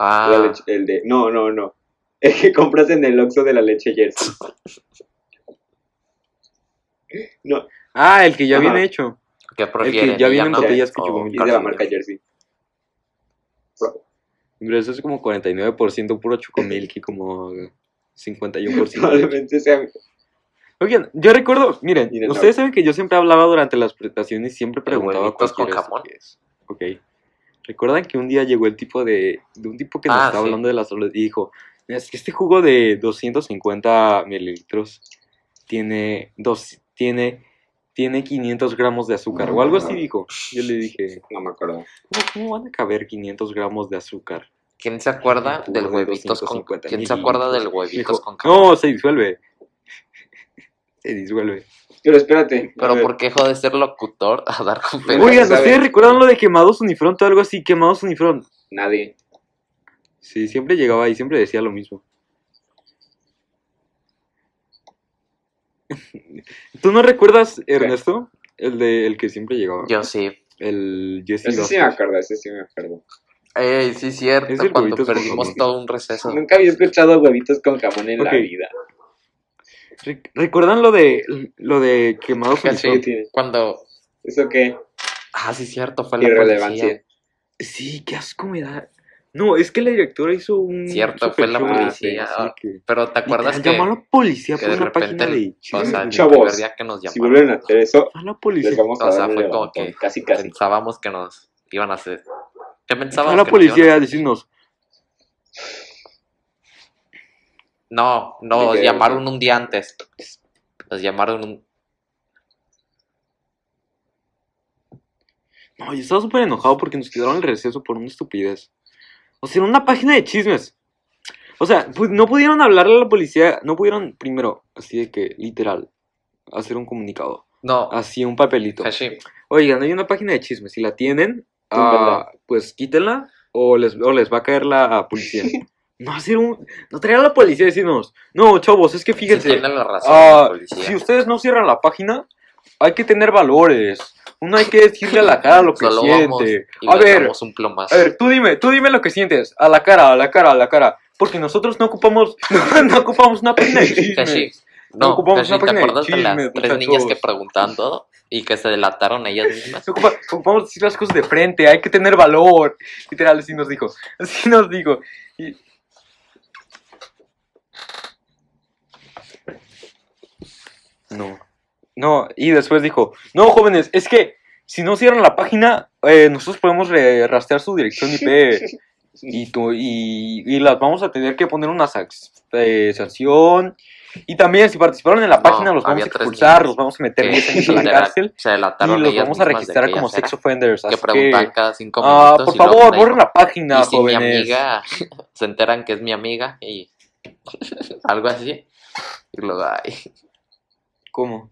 A: Ah,
C: la leche- el de. No, no, no. El que compras en el Oxxo de la leche Jersey. No,
B: Ah, el que ya
C: Ajá.
B: viene hecho.
A: ¿qué prefieren?
B: ya vienen
A: ¿Llano
B: botellas que
A: o
B: chocomil.
C: y de la
A: calcetín?
C: marca Jersey.
B: Pero eso es como 49% puro chocomil que como 51%.
C: Probablemente sea.
B: Oigan, yo recuerdo, miren,
C: Miren,
B: ustedes saben que yo siempre hablaba durante las presentaciones y siempre preguntaba
A: huevitos con
B: cualquiera de
A: jamón?
B: esos que es. Ok. ¿Recuerdan que un día llegó el tipo de, de un tipo que nos
A: Ah,
B: estaba
A: sí.
B: hablando de las olas y dijo, es que este jugo de 250 mililitros tiene, dos, tiene, tiene 500 gramos de azúcar o algo
A: Ah.
B: así dijo. Yo le dije,
C: No me acuerdo.
B: ¿Cómo, cómo van a caber 500 gramos de azúcar?
A: ¿Quién se acuerda
B: Jugo
A: del
B: de
A: huevitos con
B: 250
A: ¿Quién se acuerda del
B: mililitros.
A: huevitos
B: Dijo,
A: con jamón?
B: No, se disuelve. Se disuelve.
C: Pero espérate. a
A: Pero
C: ver.
A: ¿por qué joder ser locutor a dar conferencias?
B: Oigan,
C: sabe.
B: ¿ustedes recuerdan lo de quemados unifront o algo así? Quemados unifront.
C: Nadie.
B: Sí, siempre llegaba y siempre decía lo mismo. ¿Tú no recuerdas, Ernesto? El de el que siempre llegaba.
A: Yo sí.
B: El Jesse
C: Ese sí me
B: Vázquez.
C: acuerdo, ese sí me acuerdo.
A: Ey, sí,
B: Es
A: cierto.
B: el
A: Cuando
B: huevitos con
A: perdimos
B: jamón.
A: todo un receso.
C: Nunca había escuchado huevitos con jamón en
B: Ok.
C: la vida.
B: Re- ¿Recuerdan lo de lo de quemados
A: Sí,
C: ¿Qué
B: unifront?
C: tiene?
A: Cuando.
C: ¿Eso qué?
A: Ah, sí, cierto. Fue la policía.
C: Irrelevancia.
B: Sí, qué asco me da. No, es que la directora hizo un
A: Cierto, fue la
B: supershow.
C: Ah,
A: policía.
B: sí, así que-
A: Pero ¿te acuerdas
B: Literal,
A: que,
B: llamó a la policía
A: que
B: por
A: de
B: una
A: repente,
B: página de
A: o sea, el
C: Chavos,
A: primer día que nos
C: Si
A: llamaron,
C: vuelven a hacer eso,
B: a la
C: les
B: policía.
C: vamos a
A: O
C: dar
A: sea,
C: un
A: fue como
C: levantón,
A: que-
C: Casi, casi.
A: pensábamos que nos iban a hacer? ¿Qué pensábamos
B: A la
A: que nos iban
B: policía a decirnos,
A: No, no,
C: Me
A: nos
C: quedé
A: llamaron un día antes. Nos llamaron un...
B: no, yo estaba súper enojado porque nos quedaron el receso por una estupidez. O sea, en una página de chismes. O sea, pues no pudieron hablarle a la policía, no pudieron primero, así de que, literal, hacer un comunicado,
A: No,
B: así un papelito.
A: Hashim,
B: Oigan, hay una página de chismes, si la tienen,
C: Túmbenla.
B: ah, pues quítenla o les, o les va a caer la policía. No hacer un, no traer a la policía y decirnos, no, chavos, es que
A: sí
B: fíjense.
A: tienen la razón
B: Ah,
A: la policía.
B: si ustedes no cierran la página, hay que tener valores. Uno hay que decirle a la cara lo que
A: Solo vamos
B: siente.
A: y
B: A
A: les
B: ver,
A: damos un plomazo.
B: a ver, tú dime, tú dime lo que sientes. A la cara, a la cara, a la cara. Porque nosotros no ocupamos, no, ocupamos una página de
A: Hashim,
B: chismes. No
A: no,
B: ocupamos
A: Hashim,
B: una
A: ¿te
B: página de
A: acuerdas de las
B: chismes,
A: tres niñas que
B: muchachos?
A: preguntaban todo y que se delataron ellas mismas?
B: Ocupa- ocupamos decir las cosas de frente, hay que tener valor. Literal, así nos dijo. Así nos dijo. Y- No. No, y después dijo, no, jóvenes, es que si no cierran la página, eh, nosotros podemos re- rastrear su dirección IP y, tu- y, y las vamos a tener que poner una sac- eh, sanción Y también, si participaron en la
A: No,
B: página, los vamos
A: había
B: a
A: tres
B: expulsar,
A: niñas
B: los vamos a meter
A: que
B: 10 años a
A: se
B: la
A: delata-
B: cárcel
A: Se
B: y
A: delataron
B: los
A: ellas
B: vamos a
A: mismas de
B: registrar
A: que
B: como
A: ellas eran,
B: sex offenders.
A: Que
B: así
A: preguntan
B: que,
A: cada cinco
B: ah,
A: minutos.
B: por
A: y luego
B: favor,
A: una
B: borren
A: dijo,
B: la página,
A: Y si mi
B: jóvenes.
A: amiga se enteran que es mi amiga y algo así. Y luego, ay,
B: ¿Cómo?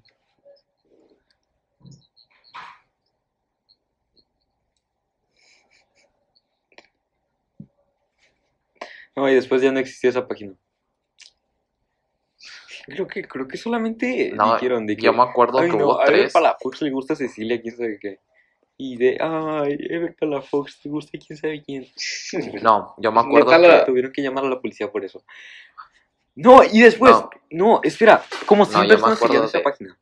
B: No, y después ya no existía esa página. Creo que, creo que solamente
A: No,
B: Eh, dijeron de que.
A: yo me acuerdo
B: Ay,
A: que
B: no,
A: hubo
B: a Ever
A: tres.
B: Palafox le gusta Cecilia, quién sabe qué. Y de, ay, Ever Palafox te gusta quién sabe quién.
A: No, yo me acuerdo
C: Neta, la-
A: que.
B: Tuvieron que llamar a la policía por eso. No, y después,
A: No.
B: no, espera, como
A: No,
B: 100
A: yo me
B: personas seguían
A: acuerdo
B: esa
A: de-
B: página.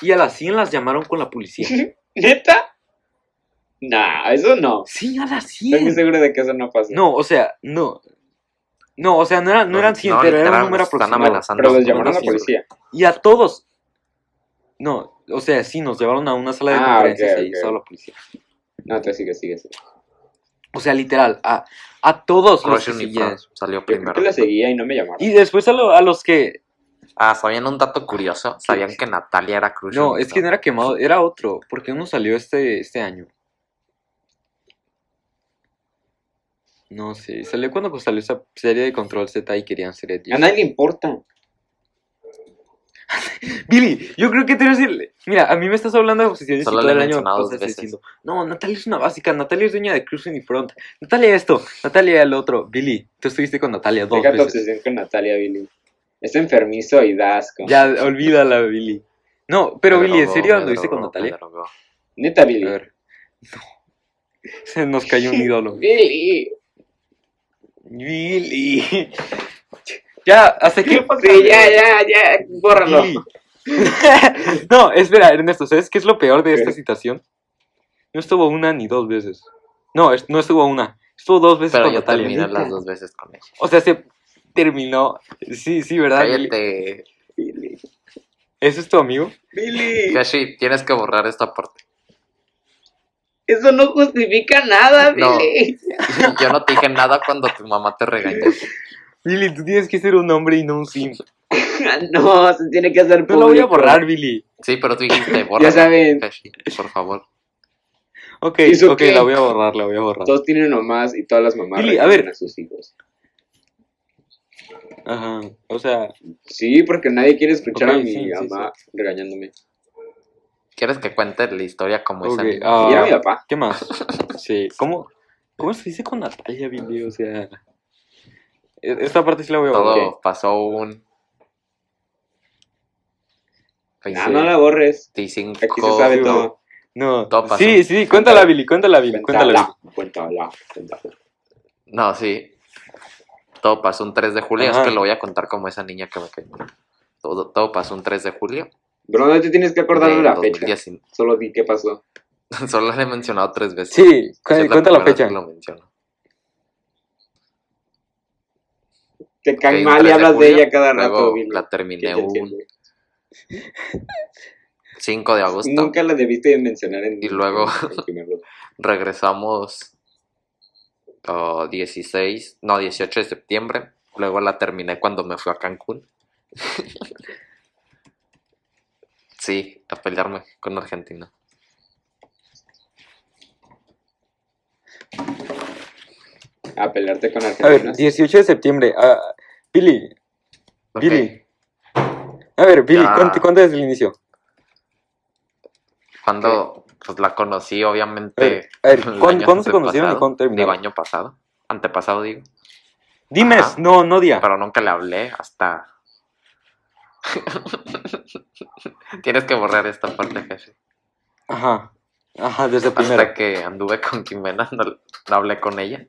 B: Y a las 100 las llamaron con la policía.
C: ¿Neta? Nah, eso no.
B: Sí, a las
C: Estoy muy
B: 100.
C: seguro de que eso no pasó.
B: No, o sea, no. No, o sea, no, era- no eran 100,
A: no,
B: pero era
A: literal,
B: un número
A: nos están
B: aproximado.
A: amenazando.
C: Pero los
A: Nos
C: llamaron a la
A: amenazan.
C: policía.
B: Y a todos. No, o sea, sí, nos llevaron a una sala de
C: Ah,
B: conferencias
C: ok,
B: y ahí
C: ok.
B: estaba la policía.
C: No, te sigue, sigue, sigue.
B: O sea, literal, a, a todos
A: Crush
B: los que
A: Unicorn
B: seguían.
A: salió
C: Yo creo que
A: primero.
C: la seguía y no me llamaron.
B: Y después a, lo- a los que.
A: Ah, sabían un dato curioso. Sabían que Natalia era Crush
B: No, es que
A: Unicorn.
B: no era quemado, era otro, porque uno salió este, este año. No sé, salió cuando pues, salió esa serie de Control Z y querían ser
C: A
B: ellos.
C: nadie le importa.
B: Billy, yo creo que tienes el... Mira, a mí me estás hablando de obsesiones
A: Solo
B: y todo
A: le
B: el
A: he
B: año me
A: mencionado dos
B: pasas
A: veces.
B: diciendo, no, Natalia es una básica, Natalia es dueña de Cruising y Front, Natalia esto, Natalia el otro. Billy, tú estuviste con Natalia dos
C: Deja tu
B: veces.
C: obsesión con Natalia, Billy. Es enfermizo y da asco.
B: Ya, olvídala, Billy. No, pero
A: Me
B: Billy, ¿en
A: drogó,
B: serio
A: me
B: anduviste con
A: drogó, me
B: Natalia?
A: drogó.
C: Neta,
B: A
C: Billy.
B: ver. No. Se nos cayó un ídolo.
C: Billy.
B: Billy. Ya, hasta aquí el podcast.
C: Sí, ya, ya, ya. Bórralo.
B: Billy. no, espera, Ernesto, ¿sabes qué es lo peor de esta
C: ¿Qué?
B: situación? No estuvo una ni dos veces. No, es- no estuvo una. Estuvo dos veces
A: Pero
B: con
A: yo
B: Natalia.
A: terminé
C: neta.
A: las dos veces con ella.
B: O sea, se terminó. Sí, sí, ¿verdad? Billy?
A: Cállate.
C: Billy.
B: ¿Ese es tu amigo?
C: Billy.
A: Kashi, tienes que borrar esta parte.
C: Eso no justifica nada,
A: No.
C: Billy.
A: Yo no te dije nada cuando tu mamá te regañó.
B: Billy, tú tienes que ser un hombre y no un simp.
C: No, se tiene que hacer
B: No lo voy a
C: público.
B: borrar, Billy.
A: Sí, pero tú dijiste, borra.
C: Ya saben,
A: Kashi, por favor.
B: Ok,
C: ¿Hizo
B: ok,
C: qué?
B: la voy a borrar, la voy a borrar.
C: todos tienen mamás y todas las mamás
B: Billy, a
C: regañan
B: ver.
C: a sus hijos.
B: Ajá, o sea,
C: Sí, porque nadie quiere escuchar
B: Ok,
C: a mi
B: sí, sí,
C: mamá regañándome.
A: ¿Quieres que cuente la historia como
B: ok,
A: es?
B: ah,
C: Y a mi papá.
B: ¿qué más? Sí, ¿cómo, ¿cómo se dice con Natalia, Billy? O sea, e- esta parte sí la voy a borrar.
A: Todo pasó un.
C: Ah, No, no la borres.
A: 25.
C: Aquí se sabe
B: sí,
C: todo.
B: No,
A: Todo pasó.
B: sí, sí, cuéntala, Billy, cuéntala, Billy, cuéntala.
C: Cuéntala, cuéntala, cuéntala.
A: No, sí. Todo pasó un 3 de julio.
B: Ajá.
A: Es que lo voy a contar como esa niña que me quemó. Todo, todo pasó un 3 de julio.
C: Bro, no te tienes que acordar de
A: del
C: la fecha.
A: 2019.
C: Solo di qué pasó.
A: Solo la he mencionado tres veces.
B: Billy. Sí, cu-
A: Esa es
B: cuenta
A: primera
B: la
A: vez
B: fecha.
A: que lo menciono.
C: Te
A: Ok,
C: cae
A: un
C: mal y
A: 3
C: hablas de
A: julio,
C: ella cada rato,
A: luego
C: Billy.
A: La
C: Que
A: terminé
C: ya
A: un
C: entiende.
A: 5 de agosto.
C: Nunca la debiste de mencionar en
A: Y luego-
C: en primer lugar.
A: Regresamos oh, 16, no, 18 de septiembre. Luego la terminé cuando me fui a Cancún. sí, a pelearme con Argentina.
C: A pelearte con
B: A ver,
C: Argentina.
B: 18 de septiembre. ah, Billy,
A: Ok,
B: Billy. A ver, Billy,
A: Ya.
B: ¿cuánto, cuánto desde el inicio?
A: Cuando pues, la conocí,
B: A ver,
A: obviamente.
B: a ver,
A: el
B: ¿cuán-
A: año
B: ¿cuándo, se conocieron y
A: antepasado, Digo,
B: cuándo terminaron?
A: año pasado. Antepasado, digo.
B: Dimes,
A: Ajá.
B: no, no día.
A: Pero nunca le hablé hasta. Tienes que borrar esta parte, jefe.
B: Ajá, ajá, desde
A: Hasta
B: primero.
A: que anduve con Jimena, no, no hablé con ella.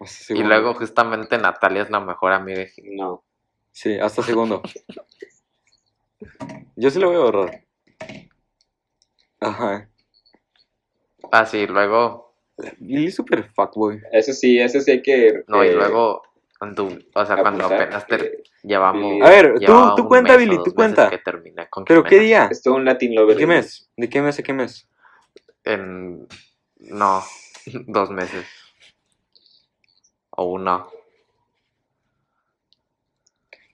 B: Hasta
A: Y
B: segundo.
A: luego, justamente, Natalia es la mejor amiga de Jimena.
C: No.
B: Sí, hasta segundo. Yo sí lo voy a borrar. Ajá.
A: Ah, sí, luego.
B: Billy es super fuckboy.
C: Eso sí, eso sí hay que.
A: No,
C: eh,
A: y luego. andu- o sea, cuando
C: apuntar
A: apenas te
C: que
A: llevamos.
B: A ver, tú,
A: llevaba
B: tú
A: un
B: cuenta,
A: mes o
B: Billy,
A: dos
B: tú
A: meses
B: cuenta.
A: que terminé con
B: ¿Pero qué
A: Jimena.
B: día?
C: Es todo un Latin
B: ¿De
C: Lover.
B: qué mes? ¿De qué mes a qué mes?
A: En. No, dos meses. O uno.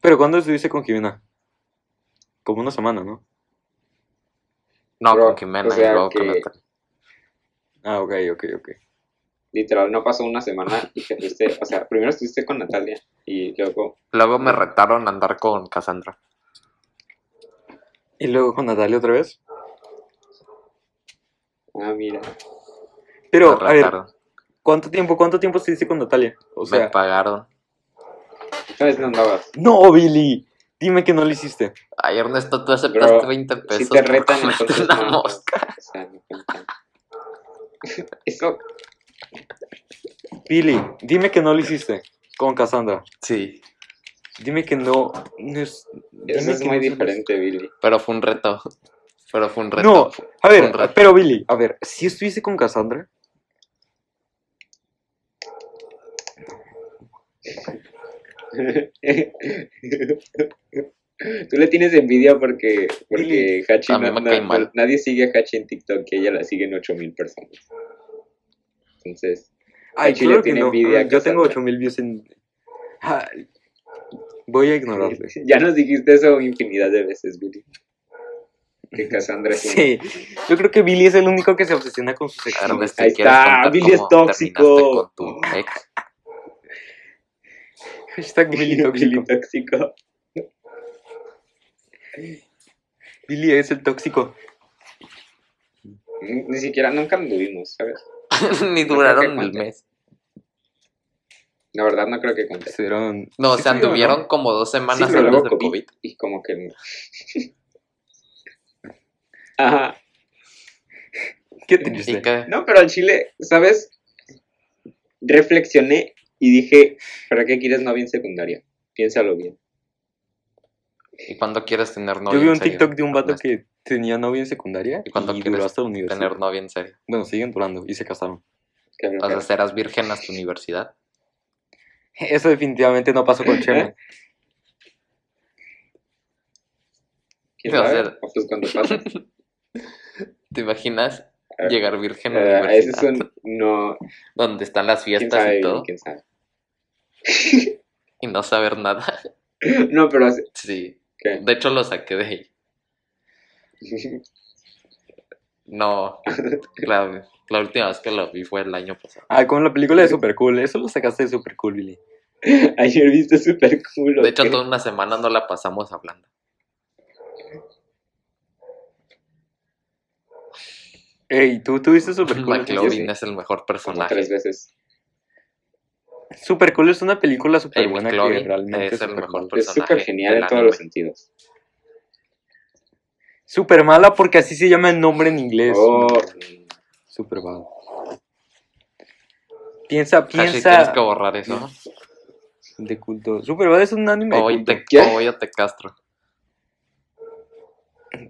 B: Pero ¿cuándo estuviste con Jimena? Como una semana, ¿no?
A: No,
C: Bro,
A: con Jimena
C: o sea
A: y luego con
C: que-
A: otra.
B: Ah, ok, ok, ok.
C: Literal, no pasó una semana y te fuiste. O sea, primero estuviste con Natalia y luego.
A: Luego me retaron a andar con Cassandra.
B: ¿Y luego con Natalia otra vez?
C: Ah, mira.
A: Me
B: Pero, a ver,
A: retaron.
B: ¿cuánto tiempo, cuánto tiempo estuviste con Natalia? O
A: me
B: sea...
A: pagaron.
C: Esta vez no andabas.
B: No, Billy. Dime que no lo hiciste.
A: Ay, Ernesto, tú aceptaste
C: Bro,
A: 20 pesos.
C: Si te
A: por
C: retan,
A: comerte
C: entonces.
A: una
C: no,
A: mosca.
C: O sea, no cuenta. Eso.
B: Billy, dime que no lo hiciste con Cassandra.
A: Sí,
B: Dime que no. no es,
C: Eso
B: dime
C: es
B: que
C: muy
B: no-
C: diferente, Billy.
A: pero fue un reto. Pero fue un reto.
B: No, a
A: Un
B: ver,
A: reto.
B: pero Billy, a ver, si estuviste con Cassandra.
C: Tú le tienes envidia porque, porque
B: Billy,
C: Hachi
A: a mí
C: no-
A: me
C: no-
A: cae mal.
C: nadie sigue a Hachi en TikTok y ella la siguen 8000 personas. Entonces,
B: Ay,
C: Chile
B: claro que
C: tiene
B: no.
C: envidia a
B: Yo tengo
C: Cassandra.
B: 8000 views en. Ay, voy a ignorarte.
C: ya nos dijiste eso infinidad de veces, Billy. Que Cassandra es un-
B: Sí, yo creo que Billy es el único que se obsesiona con sus ex.
A: Ernesto,
C: Ahí
A: ¿quieres
C: está,
A: contar
C: Billy es
A: cómo terminaste
C: tóxico.
A: con tu ex?
B: Hashtag Billy tóxico.
C: Billy tóxico.
B: Billy es el tóxico.
C: Ni ni siquiera nunca anduvimos, ¿sabes?
A: Ni
C: creo
A: duraron
C: que
A: el
C: cuente.
A: mes.
C: La verdad no creo que contes.
B: Estuvieron-
A: No,
B: Sí,
A: se
B: estuvieron,
A: anduvieron
B: ¿no?
A: como dos
C: Sí,
A: semanas
C: pero
A: antes
C: luego
A: del
C: COVID,
A: COVID.
C: y como que no. Ajá.
B: Qué
A: ¿Y
B: triste.
A: qué?
C: No, pero al chile, ¿sabes? Reflexioné y dije, ¿para qué quieres novia en secundaria? Piénsalo bien.
A: ¿Y cuándo quieres tener novia
B: Yo vi
A: en
B: un
A: serio?
B: TikTok de un vato
A: Ernesto?
B: que tenía novia en secundaria
A: ¿Y cuánto
B: duró
A: quieres
B: hasta la universidad.
A: Tener novia en serio.
B: Bueno, siguen durando y se casaron.
C: Qué
A: O sea,
C: flojera.
A: serás virgen hasta universidad.
B: Eso definitivamente no pasó con Cheme.
C: ¿Quién
A: ¿qué va a
C: sabe?
A: hacer?
C: O pues cuando pase.
A: ¿Te imaginas
C: Eh,
A: llegar virgen a la
C: Eh, ese
A: universidad?
C: es un... No,
A: Donde están las
C: quién
A: fiestas
C: sabe,
A: y todo.
C: quién sabe.
A: Y no saber nada.
C: No, pero así...
A: Sí.
C: ¿qué?
A: De hecho, lo saqué de ahí. No. La, la última vez que lo vi fue el año pasado.
B: Ah, con la película de Super Cool. Eso lo sacaste de Super Cool, Billy.
C: Ayer viste súper culo.
A: De hecho, toda una semana no la pasamos hablando.
B: Ey, tú tuviste Super Cool.
A: McLovin es el mejor
C: Como
A: personaje.
C: tres veces.
B: Super Cool es una película súper
A: Ey,
B: buena que
A: McLovin
B: realmente
A: es el
B: súper
A: mejor
B: mala.
C: Es
A: Personaje
C: súper genial
A: del
C: en todos
A: anime.
C: los sentidos.
B: Súper mala porque así se llama el nombre en inglés.
C: Oh,
B: Súper mala. Piensa,
A: Hashi, tienes
B: piensa.
A: que borrar eso.
B: De culto. Super bad es un anime. de
A: O voy,
B: culto.
A: te,
C: ¿Qué?
A: o voy a te castro.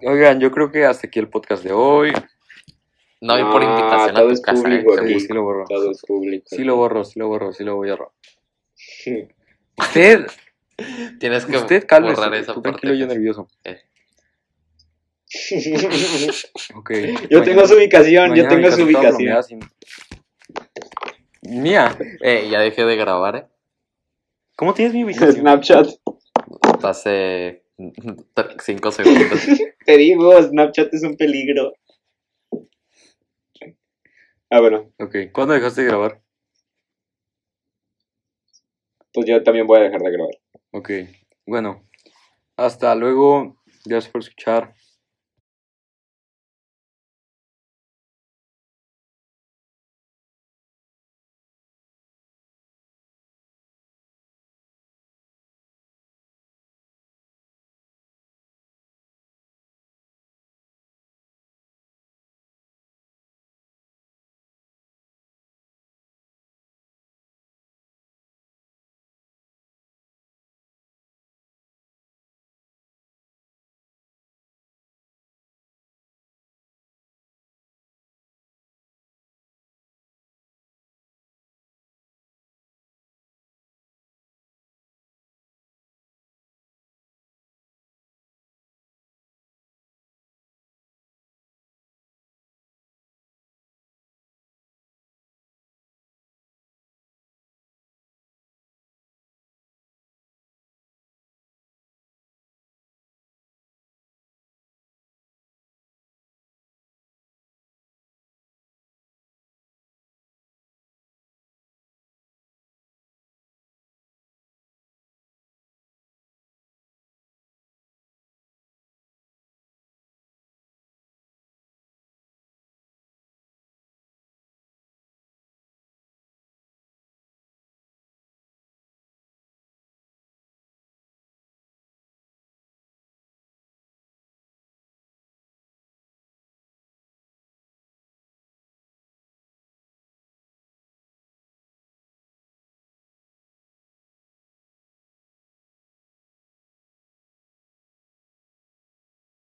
B: Oigan, yo creo que hasta aquí el podcast de hoy.
A: No, y por
C: No,
A: invitación a
C: Ah, todo
A: tu
C: es
A: casa.
C: público
A: eh, seguro.
C: aquí.
B: Sí, sí lo borro.
C: todo es público.
B: Sí lo borro, sí lo borro, sí lo voy a borrar. Usted,
A: Tienes que
B: usted cálmese.
A: borrar esa
B: tú
A: parte.
B: tranquilo, yo nervioso. Ok.
C: Yo tengo su ubicación, yo
B: mañana
C: tengo su
B: mi casa
C: ubicación.
B: está bloqueada sin- Mía,
A: Eh, ya dejé de grabar, eh.
B: ¿cómo tienes mi ubicación?
C: Snapchat.
A: Hasta hace 5 segundos.
C: Te digo, Snapchat es un peligro. Ah, bueno,
B: Ok, ¿cuándo dejaste de grabar?
C: pues yo también voy a dejar de grabar.
B: Ok, bueno, hasta luego. Gracias por escuchar.